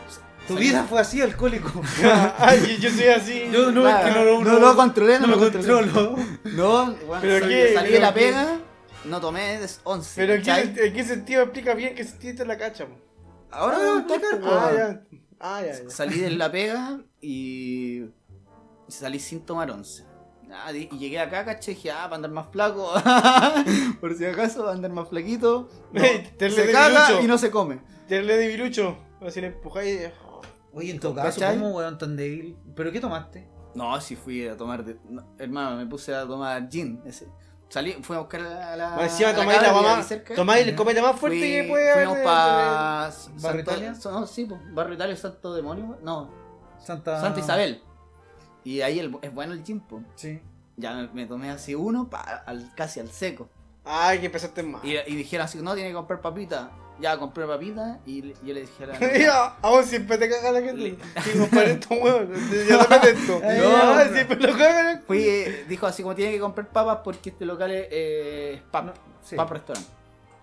Speaker 2: Tu
Speaker 4: Salí-
Speaker 2: vida fue así, alcohólico.
Speaker 5: Ay, yo soy así.
Speaker 2: Yo no, es que no, lo-
Speaker 4: no lo controlé, no,
Speaker 2: no lo
Speaker 4: controlé.
Speaker 2: controlo.
Speaker 4: No, weón,
Speaker 5: Pero
Speaker 4: salí,
Speaker 5: qué,
Speaker 4: salí de
Speaker 5: pero
Speaker 4: la
Speaker 5: qué.
Speaker 4: pega, no tomé des- 11.
Speaker 5: Pero ¿en qué,
Speaker 4: ¿cachai?
Speaker 5: sen- en qué sentido explica bien que sentiste la cacha? po?
Speaker 4: Ahora me voy a explicar,
Speaker 5: Ah,
Speaker 4: weón.
Speaker 5: ya. Ah, ya, ya.
Speaker 4: Salí de la pega y y salí sin tomar once. Ah, di- y llegué acá, caché, dije, ah, para andar más flaco. Por si acaso, para andar más flaquito. No,
Speaker 5: Ey, tenle
Speaker 4: se
Speaker 5: de
Speaker 4: caga
Speaker 5: bilucho.
Speaker 4: y no se come.
Speaker 5: Tenle de virucho. Así le empujáis. eh.
Speaker 2: Oye, en todo caso,
Speaker 4: ¿Cachai?
Speaker 2: ¿cómo, weón, tan débil? ¿Pero qué tomaste?
Speaker 4: No, si fui a tomar. de- no, hermano, me puse a tomar gin. Ese. Salí, fui a buscar a la.
Speaker 5: Más encima
Speaker 4: a
Speaker 5: tomáis la
Speaker 4: cabra que
Speaker 5: mamá.
Speaker 4: hay cerca.
Speaker 5: Tomáis el
Speaker 2: Ya.
Speaker 5: copete más fuerte
Speaker 4: Fui-
Speaker 5: que puede
Speaker 4: Fuimos para.
Speaker 2: ¿Barro Italia?
Speaker 4: No, sí, po, Barro Italia, Santo Demonio. we- No,
Speaker 2: Santa...
Speaker 4: Santa Isabel. Y ahí el- es bueno el gin, po.
Speaker 2: Sí.
Speaker 4: Ya me, me tomé así uno, pa, al, casi al seco.
Speaker 5: Ay, que empezaste mal.
Speaker 4: Y, y dijeron así, no, tiene que comprar papita. Ya compré papita y le- yo le dijera.
Speaker 5: Mira, a vos siempre te caga la gente. Y compadre, estos huevos. Ya te esto.
Speaker 4: No.
Speaker 5: Ah, siempre lo cagan.
Speaker 4: Fui, eh, dijo así como tiene que comprar papas porque este local es, eh, es pap,
Speaker 2: sí.
Speaker 4: pap restaurant.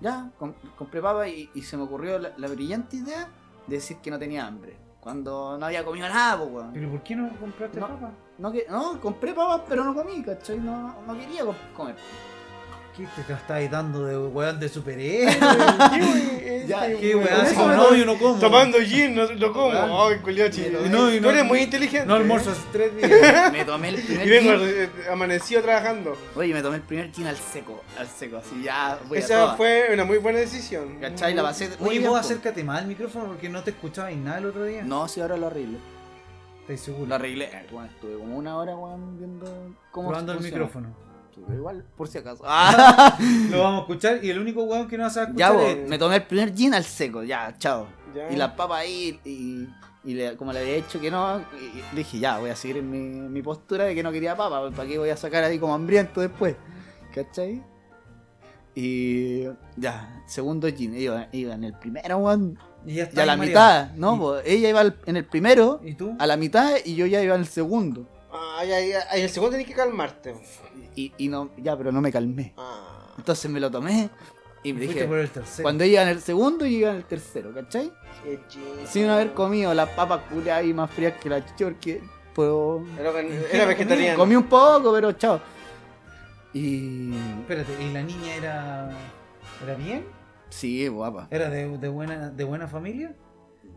Speaker 4: Ya, com- compré papas y, y se me ocurrió la, la brillante idea de decir que no tenía hambre. Cuando no había comido nada, po, weón.
Speaker 2: ¿Pero por qué no compraste
Speaker 4: No.
Speaker 2: papa?
Speaker 4: No, que, no, compré papas pero no comí, ¿cachai? No, no quería com- comer.
Speaker 2: ¿Qué te, te estás dando de weón de superhéroe?
Speaker 5: Ya,
Speaker 2: ¿Qué
Speaker 4: Con
Speaker 2: weón? Así
Speaker 4: eso
Speaker 2: como,
Speaker 4: me
Speaker 2: no,
Speaker 4: doy-
Speaker 2: yo no como.
Speaker 5: Tomando gin, no lo como.
Speaker 2: Weón.
Speaker 5: Ay, culiao chido.
Speaker 2: Y no, y
Speaker 5: Tú
Speaker 2: no-
Speaker 5: eres muy inteligente.
Speaker 2: No almuerzo hace tres días.
Speaker 4: Me tomé el primer
Speaker 5: Y vengo
Speaker 4: gin-
Speaker 5: eh, amanecido trabajando.
Speaker 4: Oye, me tomé el primer gin al seco, al seco, así ya voy a
Speaker 5: Esa
Speaker 4: todas,
Speaker 5: fue una muy buena decisión.
Speaker 4: ¿Cachai? La pasé muy
Speaker 2: Oye,
Speaker 4: bien,
Speaker 2: vos
Speaker 4: po.
Speaker 2: acércate más al micrófono porque no te escuchabas nada el otro día.
Speaker 4: No, sí, ahora lo arreglo.
Speaker 2: ¿Estás seguro?
Speaker 4: Lo arreglé. Eh, weón, estuve como una hora, weón, viendo cómo
Speaker 2: Probando el
Speaker 4: funciona.
Speaker 2: micrófono.
Speaker 4: Sí, pero igual, por si acaso. Ah,
Speaker 2: Lo vamos a escuchar y el único weón que no vas a escuchar
Speaker 4: ya, vos,
Speaker 2: es-
Speaker 4: me tomé el primer gin al seco, ya, chao.
Speaker 5: Ya.
Speaker 4: Y la papa ahí, y, y le- como le había dicho que no, y- y dije, ya, voy a seguir en mi, mi postura de que no quería papa, pues, ¿para qué voy a sacar ahí como hambriento después? ¿Cachai? Y ya, segundo gin, iba, iba en el primero, weón,
Speaker 2: Y ya
Speaker 4: ya
Speaker 2: está
Speaker 4: a la
Speaker 2: ahí,
Speaker 4: mitad, ¿no?
Speaker 2: Y-
Speaker 4: po, ella iba al- en el primero,
Speaker 2: Mario. ¿Y tú?
Speaker 4: a la mitad, y yo ya iba en el segundo.
Speaker 5: Ay, ay, Ah, ay, el segundo tenés que calmarte.
Speaker 4: Y, y no, ya, pero no me calmé.
Speaker 5: Ah.
Speaker 4: Entonces me lo tomé y me
Speaker 2: Fuiste
Speaker 4: dije,
Speaker 2: por el tercero.
Speaker 4: cuando iba en el segundo, yo iba en el tercero, ¿cachai?
Speaker 5: qué chido.
Speaker 4: Sin haber comido las papas culiadas y más frías que la chicha, porque pero-
Speaker 5: Era, era vegetariano.
Speaker 4: comí un poco, pero chao. Y
Speaker 2: Espérate, ¿y la niña era. ¿Era bien?
Speaker 4: sí, guapa.
Speaker 2: ¿Era de, de buena, de buena familia?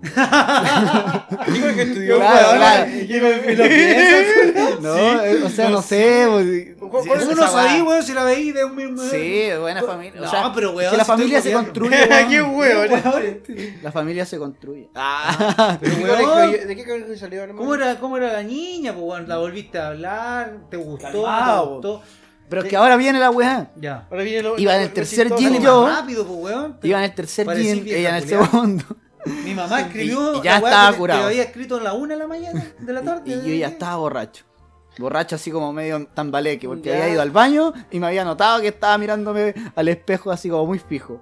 Speaker 5: Digo que estudió.
Speaker 4: Claro,
Speaker 5: weón.
Speaker 4: claro.
Speaker 2: ¿eh?
Speaker 5: Y lo- y lo-
Speaker 2: ¿Lo piensas?
Speaker 4: No, eh, o sea, no, sé. pues,
Speaker 5: ¿Cuál- cuál
Speaker 4: esa-
Speaker 2: Uno
Speaker 4: esa
Speaker 2: sabía,
Speaker 4: weá-
Speaker 2: weón, si la veí de un mismo.
Speaker 4: Sí, buena familia. o
Speaker 2: No,
Speaker 4: sea,
Speaker 2: pero, weón,
Speaker 4: que la
Speaker 2: si estoy
Speaker 4: familia se
Speaker 2: copiando.
Speaker 4: construye. weón.
Speaker 5: Qué weón.
Speaker 4: La familia se construye.
Speaker 2: este. Ah, Pero,
Speaker 5: ¿De qué
Speaker 2: weón,
Speaker 5: colegio- ¿De qué colegio salió, hermano?
Speaker 2: ¿Cómo era, ¿Cómo era la niña? Pues, weón? ¿La volviste a hablar? ¿Te gustó?
Speaker 4: Calmado,
Speaker 2: ¿Te gustó?
Speaker 4: Pero es que ahora viene la weá.
Speaker 2: Ya.
Speaker 5: Ahora viene lo,
Speaker 4: Iba
Speaker 5: lo-
Speaker 4: en el
Speaker 5: lo
Speaker 4: tercer
Speaker 5: chistoso.
Speaker 4: gin
Speaker 2: Dale
Speaker 4: yo.
Speaker 2: más rápido, pues, weón.
Speaker 4: Iba en el tercer
Speaker 2: Parecí
Speaker 4: gin,
Speaker 2: vieja
Speaker 4: ella en el
Speaker 2: culiao.
Speaker 4: segundo.
Speaker 2: Mi mamá escribió.
Speaker 4: Y- y ya
Speaker 2: la weá
Speaker 4: estaba
Speaker 2: que-
Speaker 4: curado.
Speaker 2: Que había escrito a la una de la mañana, de la tarde.
Speaker 4: Y yo ya estaba borracho. Borracho así como medio tambaleque, porque
Speaker 5: Ya.
Speaker 4: había ido al baño y me había notado que estaba mirándome al espejo así como muy fijo.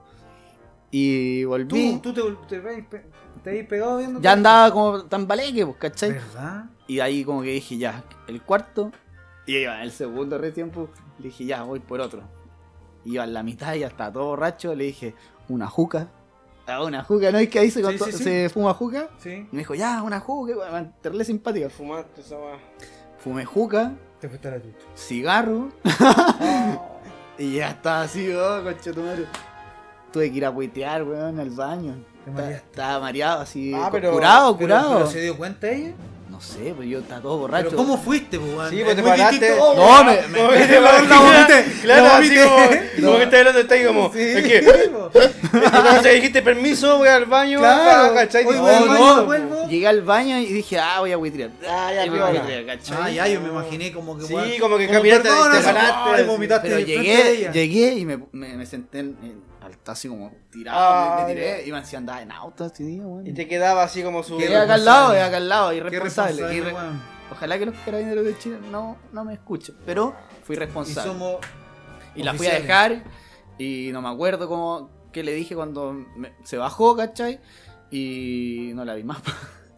Speaker 4: Y
Speaker 2: Tú,
Speaker 4: volví.
Speaker 2: tú te, te, habéis pe- te habéis pegado viendo.
Speaker 4: Ya andaba como tambaleque, pues, ¿cachai?
Speaker 2: ¿Verdad?
Speaker 4: Y de ahí como que dije, ya, el cuarto. Y iba en el segundo re tiempo. Le dije, ya, voy por otro. Iba en la mitad y ya estaba todo borracho. Le dije, una juca. Ah, una juca, ¿no? Es que ahí se,
Speaker 2: Sí,
Speaker 4: contó-
Speaker 2: sí, sí.
Speaker 4: se fuma juca.
Speaker 2: Sí.
Speaker 4: Y me dijo, ya, una juca, para mantenerle simpática.
Speaker 5: Fumaste esa weá.
Speaker 4: Fumé juca,
Speaker 2: Te fuiste a la chucha.
Speaker 4: cigarro. Y ya estaba así, oh, conchetumare. Tuve que ir a puitear, weón, al baño. Ta-
Speaker 2: Te mareaste.
Speaker 4: Estaba mareado, así.
Speaker 5: Ah,
Speaker 4: cu-
Speaker 5: pero-
Speaker 4: curado,
Speaker 2: Pero-
Speaker 4: curado.
Speaker 2: pero se dio cuenta ella.
Speaker 4: No sé, pues yo estaba todo borracho.
Speaker 2: Pero ¿cómo fuiste, pues, weón?
Speaker 5: Sí,
Speaker 2: Es
Speaker 5: pues te
Speaker 2: muy
Speaker 5: paraste.
Speaker 2: distinto. Oh,
Speaker 4: No, me. me-
Speaker 5: Como que te
Speaker 2: la-
Speaker 5: imaginas-
Speaker 2: la vomité,
Speaker 5: Claro,
Speaker 2: la
Speaker 5: así
Speaker 2: vomité.
Speaker 5: como, como que este estás hablando, estás ahí como.
Speaker 2: Sí.
Speaker 5: Es que. O sea, dijiste permiso, voy al baño,
Speaker 2: Claro.
Speaker 5: va, ¿cachai?
Speaker 2: Oye,
Speaker 5: No,
Speaker 2: voy al baño,
Speaker 5: no.
Speaker 2: vuelvo.
Speaker 4: Llegué al baño y dije, ah, voy a huitrear.
Speaker 5: Ah, ya,
Speaker 4: Y me
Speaker 5: piola.
Speaker 4: huitreé, ¿cachai?
Speaker 2: Ah, ya, yo me imaginé como que,
Speaker 5: Sí,
Speaker 2: weón,
Speaker 5: como que este caminaste,
Speaker 2: perdona,
Speaker 5: te paraste,
Speaker 2: no,
Speaker 5: sí.
Speaker 2: vomitaste
Speaker 4: Pero
Speaker 2: enfrente de
Speaker 4: llegué,
Speaker 2: ella.
Speaker 4: llegué y me, me, me senté en, en- al taxi como tirado,
Speaker 5: Ah,
Speaker 4: me, me tiré
Speaker 5: ya.
Speaker 4: y me decía andaba en auto así, weón.
Speaker 5: Y te quedaba así como su.
Speaker 2: Qué
Speaker 4: Es acá al lado, es acá al lado,
Speaker 2: Qué
Speaker 4: irresponsable.
Speaker 2: responsable,
Speaker 4: irre-
Speaker 2: weón.
Speaker 4: Ojalá que los carabineros de Chile no, no me escuchen, pero fui
Speaker 2: Y
Speaker 4: responsable.
Speaker 2: somos.
Speaker 4: Y la fui a
Speaker 2: Oficiales.
Speaker 4: dejar y no me acuerdo cómo qué le dije cuando me- se bajó, ¿cachai? Y no la vi más.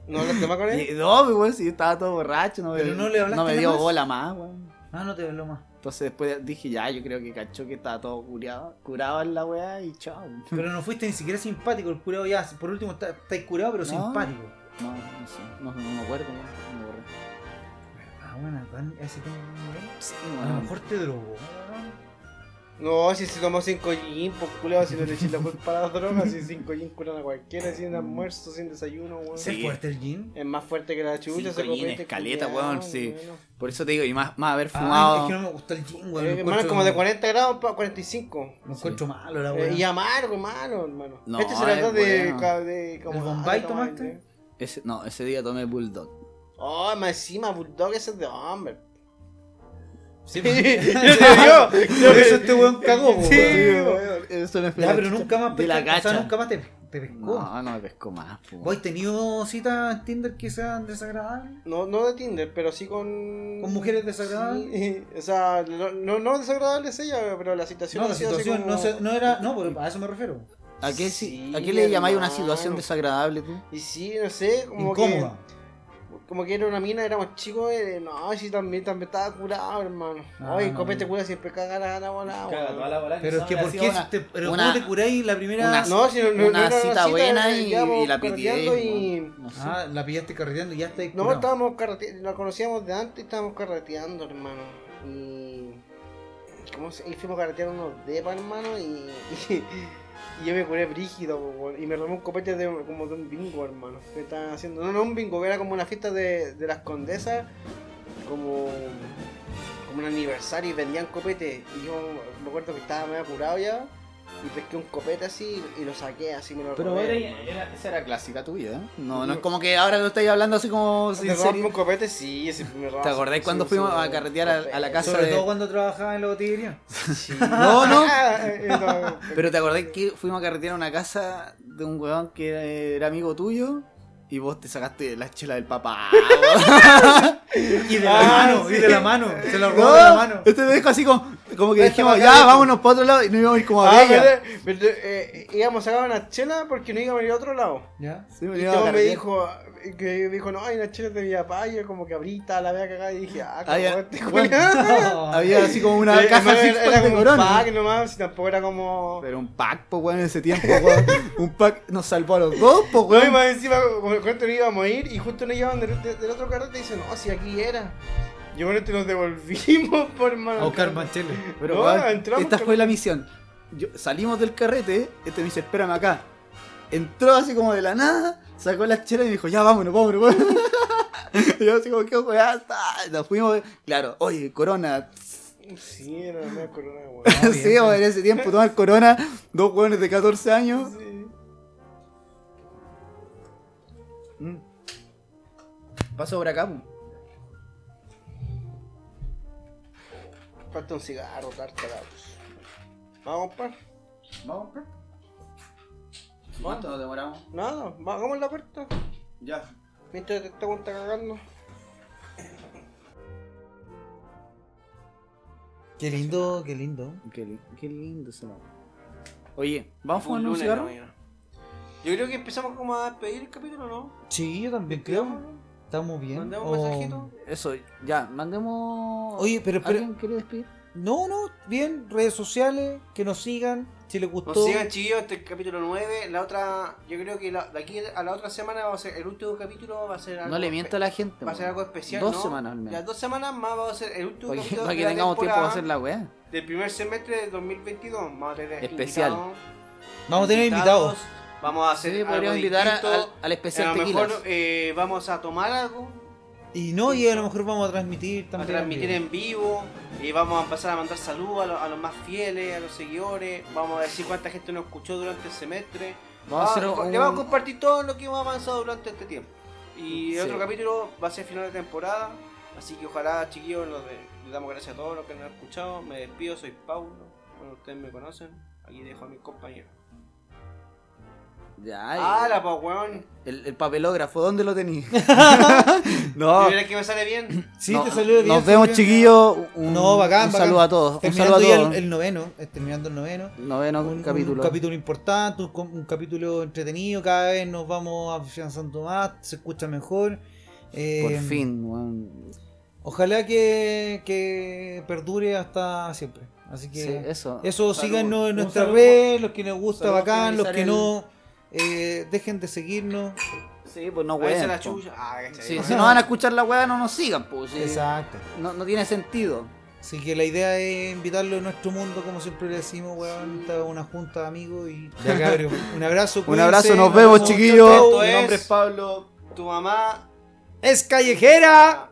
Speaker 5: ¿No hablaste más con
Speaker 4: Y,
Speaker 5: él?
Speaker 4: no, pues, weón, si estaba todo borracho, no me,
Speaker 2: Pero no le hablaste
Speaker 4: me dio
Speaker 2: nomás.
Speaker 4: bola más, weón.
Speaker 2: Ah, no te habló más.
Speaker 4: Entonces después dije, ya, yo creo que cachó que estaba todo curado, curado en la weá y chao. No,
Speaker 2: Pero no fuiste ni siquiera simpático, el curado ya. Por último, está- estáis curado, pero
Speaker 4: No.
Speaker 2: simpático.
Speaker 4: no sé, no, no me acuerdo, weón, me borré.
Speaker 2: Ah, bueno, tan- ese tan-
Speaker 4: Sí,
Speaker 2: A lo Ah.
Speaker 4: weón.
Speaker 2: mejor te drogó, weón.
Speaker 5: No, si se tomó 5 gin, pues culiao, si no le echéis la culpa a las drogas, si 5 gin curan a cualquiera, sin almuerzo, sin desayuno, weón.
Speaker 2: ¿Se
Speaker 1: Sí.
Speaker 2: fuerte el gin?
Speaker 5: Es más fuerte que la chucha,
Speaker 1: Cinco
Speaker 5: se
Speaker 1: gin,
Speaker 5: copete,
Speaker 1: escaleta,
Speaker 5: culiao,
Speaker 1: weón, sí.
Speaker 5: weón.
Speaker 1: Por eso te digo, y más, más haber
Speaker 2: Ah,
Speaker 1: fumado.
Speaker 2: es que no me gusta el gin, Ah, weón.
Speaker 5: Eh,
Speaker 2: lo
Speaker 5: hermano, es
Speaker 2: encuentro-
Speaker 5: como de 40 grados para 45.
Speaker 2: Lo encuentro malo, la
Speaker 5: Eh,
Speaker 2: weón.
Speaker 5: y amargo, hermano, hermano.
Speaker 4: No,
Speaker 5: este se la
Speaker 4: es
Speaker 5: da de,
Speaker 4: bueno.
Speaker 5: ca- de como.
Speaker 2: ¿El Bombay
Speaker 5: ah,
Speaker 2: tomaste?
Speaker 5: eh.
Speaker 4: Ese, no, ese día tomé Bulldog.
Speaker 5: Oh, más encima, Bulldog ese es de hombre.
Speaker 2: Sí,
Speaker 5: Yo te
Speaker 2: pues.
Speaker 5: digo.
Speaker 2: Por eso este weón cagó,
Speaker 5: Sí,
Speaker 2: weón.
Speaker 5: weón.
Speaker 4: Eso no es
Speaker 2: Ya, pero nunca más
Speaker 4: De la
Speaker 2: pesca- o sea,
Speaker 4: gacha.
Speaker 2: nunca más te, te pescó.
Speaker 4: No, no me pescó más. po.
Speaker 2: ¿Vos has tenido citas en Tinder que sean desagradables?
Speaker 5: No, no de Tinder, pero sí con.
Speaker 2: ¿Con mujeres desagradables?
Speaker 5: Sí, o sea, no, no, no desagradable es ella, pero la situación
Speaker 2: No, la
Speaker 5: ha sido así
Speaker 2: situación
Speaker 5: como-
Speaker 2: no, se- no era. No, pero a eso me refiero.
Speaker 4: ¿A qué,
Speaker 5: Sí,
Speaker 4: si- ¿A qué le llamáis una
Speaker 5: hermano.
Speaker 4: situación desagradable tú?
Speaker 5: Y sí, no sé, como
Speaker 2: Incómoda.
Speaker 5: que. Como que era una mina, éramos chicos, eh, no, sí, también, también estaba curado, hermano.
Speaker 2: Ah,
Speaker 5: Ay,
Speaker 2: no,
Speaker 5: copete
Speaker 2: no.
Speaker 5: cura siempre caga la la bola, weón.
Speaker 2: Pero es que, ¿por qué
Speaker 4: una-
Speaker 2: te, pero
Speaker 4: una-
Speaker 2: cómo te curáis la primera.
Speaker 4: una-
Speaker 5: No, si no, no,
Speaker 4: Una
Speaker 5: no era
Speaker 4: cita buena
Speaker 5: eh,
Speaker 4: y-
Speaker 5: íbamos
Speaker 4: y la
Speaker 5: carreteando
Speaker 4: PTS,
Speaker 5: y-
Speaker 4: No sé.
Speaker 2: Ah, la pillaste carreteando y ya estáis.
Speaker 5: Este, No,
Speaker 2: curado.
Speaker 5: estábamos carreteando, la conocíamos de antes y estábamos carreteando, hermano. Y. ¿Cómo se- y fuimos carreteando unos depas, hermano, y. y... y yo me curé brígido, po, weón, y me robé un copete de, como de un bingo, hermano. Que estaban haciendo, no, no un bingo, era como una fiesta de, de las condesas, como, como un aniversario y vendían copete. Y yo me acuerdo que estaba medio curado ya, y pesqué un copete así y lo saqué, así me lo
Speaker 4: Pero
Speaker 5: robé,
Speaker 4: era,
Speaker 5: hermano.
Speaker 4: era- esa era clásica tuya, ¿eh? No, no es como que ahora lo estáis hablando así como
Speaker 5: ¿Te
Speaker 4: sin
Speaker 5: robamos un
Speaker 4: serio.
Speaker 5: copete? Sí, ese me robaba.
Speaker 4: ¿Te acordás
Speaker 5: Sí,
Speaker 4: cuando
Speaker 5: sí,
Speaker 4: fuimos
Speaker 5: sí,
Speaker 4: a carretear a- a la casa?
Speaker 2: Sobre
Speaker 4: de-
Speaker 2: todo cuando trabajaba en la botillería.
Speaker 5: Sí.
Speaker 4: No, no.
Speaker 5: Ah, eh, no.
Speaker 4: Pero te acordás que fuimos a carretear a una casa de un weón que era amigo tuyo y vos te sacaste la chela del papá.
Speaker 2: Y de
Speaker 5: Ah,
Speaker 2: la mano,
Speaker 5: sí.
Speaker 2: y de la mano. Se la robó
Speaker 4: No,
Speaker 2: de la mano.
Speaker 4: Este me dejó así como, como que
Speaker 5: Esta
Speaker 4: dijimos,
Speaker 5: bacana,
Speaker 4: ya
Speaker 5: pues".
Speaker 4: vámonos para otro lado y no íbamos a ir como a
Speaker 5: Ah,
Speaker 4: Bella.
Speaker 5: pero- pero, eh, íbamos a sacar una chela porque no íbamos a ir a otro lado.
Speaker 2: ¿Ya?
Speaker 4: Sí,
Speaker 5: Y
Speaker 4: me
Speaker 5: este
Speaker 4: íbamos a
Speaker 5: hombre me
Speaker 4: carretear.
Speaker 5: dijo, eh, que dijo, no, hay una chela de mi papá, y yo como que abrita, la voy a cagar, y dije, ah,
Speaker 4: Ah, ya.
Speaker 5: como este
Speaker 4: Bueno,
Speaker 5: culiao.
Speaker 4: Había así como una
Speaker 5: Eh,
Speaker 4: caja
Speaker 5: no,
Speaker 4: six
Speaker 5: era, era
Speaker 4: pack de
Speaker 5: como un
Speaker 4: corona.
Speaker 5: pack nomás, si tampoco era como...
Speaker 4: Pero un pack, pues weón, en ese tiempo, weón. Un pack nos salvó a los dos, pues
Speaker 5: No, y
Speaker 4: weón.
Speaker 5: más encima, con cuánto no íbamos a ir, y justo nos llevaban del, del- del otro carrete y dicen, no, si aquí era. Y bueno, te nos devolvimos, por hermano.
Speaker 2: A buscar mancheles.
Speaker 4: Pero,
Speaker 5: No,
Speaker 4: weón,
Speaker 5: entramos
Speaker 4: esta
Speaker 5: con-
Speaker 4: fue la misión. Yo- salimos del carrete, este me dice, espérame acá. Entró así como de la nada, sacó las chelas y me dijo, ya vámonos, vámonos, vámonos. Y yo así como, qué weá, está. Nos fuimos, claro, oye, corona.
Speaker 5: Sí, era una corona, weón.
Speaker 2: bien,
Speaker 4: sí,
Speaker 2: bien.
Speaker 4: weón, en ese tiempo tomar corona, dos weones de 14 años.
Speaker 5: Sí.
Speaker 4: Mm. Paso por acá, pu.
Speaker 5: Falta un cigarro, carta, pues. Vamos, comprar?
Speaker 4: Vamos, pe. ¿Cuánto nos demoramos?
Speaker 5: Nada, va- hagamos la puerta.
Speaker 4: Ya.
Speaker 5: Mientras te cuenta cagando.
Speaker 2: Qué lindo, qué lindo.
Speaker 4: Qué, li- qué lindo ese nombre. Oye, ¿vamos a fumar un cigarro?
Speaker 5: Yo creo que empezamos como a despedir el capítulo, ¿no?
Speaker 2: Sí, yo también creo. Estamos bien.
Speaker 5: Mandamos
Speaker 2: O-
Speaker 5: un mensajito.
Speaker 4: Eso, ya, mandemos.
Speaker 2: Oye, pero espera.
Speaker 4: ¿Alguien quiere despedir?
Speaker 2: No, no, bien. Redes sociales, que nos sigan. Si les gustó.
Speaker 5: Nos sigan chiquillos, este es el capítulo 9. La otra, yo creo que la- de aquí a la otra semana va a ser el último capítulo, va a ser algo.
Speaker 4: No le miento a la gente.
Speaker 5: Va a ser
Speaker 4: weón.
Speaker 5: algo especial.
Speaker 4: Dos
Speaker 5: ¿no?
Speaker 4: semanas al menos.
Speaker 5: Las dos semanas más va a ser el último
Speaker 4: Para que,
Speaker 5: capítulo
Speaker 4: para que
Speaker 5: de la
Speaker 4: tengamos tiempo para
Speaker 5: temporada
Speaker 4: hacer la weá.
Speaker 5: del primer semestre de 2022. Vamos a tener
Speaker 4: Especial.
Speaker 5: invitados.
Speaker 2: Vamos a tener invitados.
Speaker 5: Vamos a hacer
Speaker 4: Sí,
Speaker 5: algo
Speaker 4: podríamos invitar a-
Speaker 5: distinto.
Speaker 4: al, al especial
Speaker 5: a lo
Speaker 4: tequila.
Speaker 5: mejor eh, vamos a tomar algo,
Speaker 2: Y no, y a lo mejor vamos a transmitir
Speaker 5: a
Speaker 2: también.
Speaker 5: transmitir
Speaker 2: en vivo.
Speaker 5: en vivo, y vamos a empezar a mandar saludos a, lo- a los más fieles, a los seguidores, vamos a decir cuánta gente nos escuchó durante el semestre. Ah,
Speaker 4: Vamos a hacer
Speaker 5: Vamos-
Speaker 4: un-
Speaker 5: Le vamos a compartir todo lo que hemos avanzado durante este tiempo. Y el
Speaker 4: Sí.
Speaker 5: otro capítulo va a ser final de temporada, así que ojalá, chiquillos, los de- les damos gracias a todos los que nos han escuchado. Me despido, soy Paulo, bueno, ustedes me conocen, aquí dejo a mis compañeros.
Speaker 4: Ya,
Speaker 5: ¡Ah,
Speaker 4: eh,
Speaker 5: la pa' weón!
Speaker 4: el, el papelógrafo, ¿dónde lo tenéis? no.
Speaker 5: Mira que me sale bien.
Speaker 2: Sí,
Speaker 4: no,
Speaker 2: te saludo bien.
Speaker 4: Nos vemos,
Speaker 2: Julián.
Speaker 4: chiquillos. Un,
Speaker 2: No, bacán,
Speaker 4: un
Speaker 2: bacán.
Speaker 4: saludo a todos. Un saludo
Speaker 2: Terminando
Speaker 4: a
Speaker 2: ya
Speaker 4: todos.
Speaker 2: el, el noveno. eh, Terminando el noveno.
Speaker 4: Noveno
Speaker 2: un, un
Speaker 4: capítulo.
Speaker 2: capítulo importante, un, com- un capítulo entretenido, cada vez nos vamos afianzando más, se escucha mejor. Eh,
Speaker 4: Por fin, weón.
Speaker 2: Ojalá que, que perdure hasta siempre. Así que
Speaker 4: Sí, eso.
Speaker 2: eso,
Speaker 5: Saludos.
Speaker 2: síganos en
Speaker 4: Un
Speaker 2: nuestras
Speaker 4: saludo.
Speaker 2: redes, los que nos gusta,
Speaker 4: Saludos,
Speaker 2: bacán, los que
Speaker 4: finalizar
Speaker 2: no, eh, dejen de seguirnos.
Speaker 4: Sí, pues no,
Speaker 5: Váyanse a
Speaker 4: weón.
Speaker 5: la chucha. Ah, que se
Speaker 4: Sí,
Speaker 5: diga.
Speaker 4: si no van a escuchar la weá, no nos sigan, pues. sí.
Speaker 2: Exacto.
Speaker 4: No, no tiene sentido.
Speaker 2: Así que la idea es invitarlo a nuestro mundo, como siempre le decimos, weón, está una junta de amigos y ya, cabrón, un abrazo.
Speaker 4: Un abrazo, nos vemos,
Speaker 2: chiquillos
Speaker 4: chiquillos.
Speaker 1: Mi nombre es Pablo.
Speaker 5: Tu mamá
Speaker 2: Es callejera.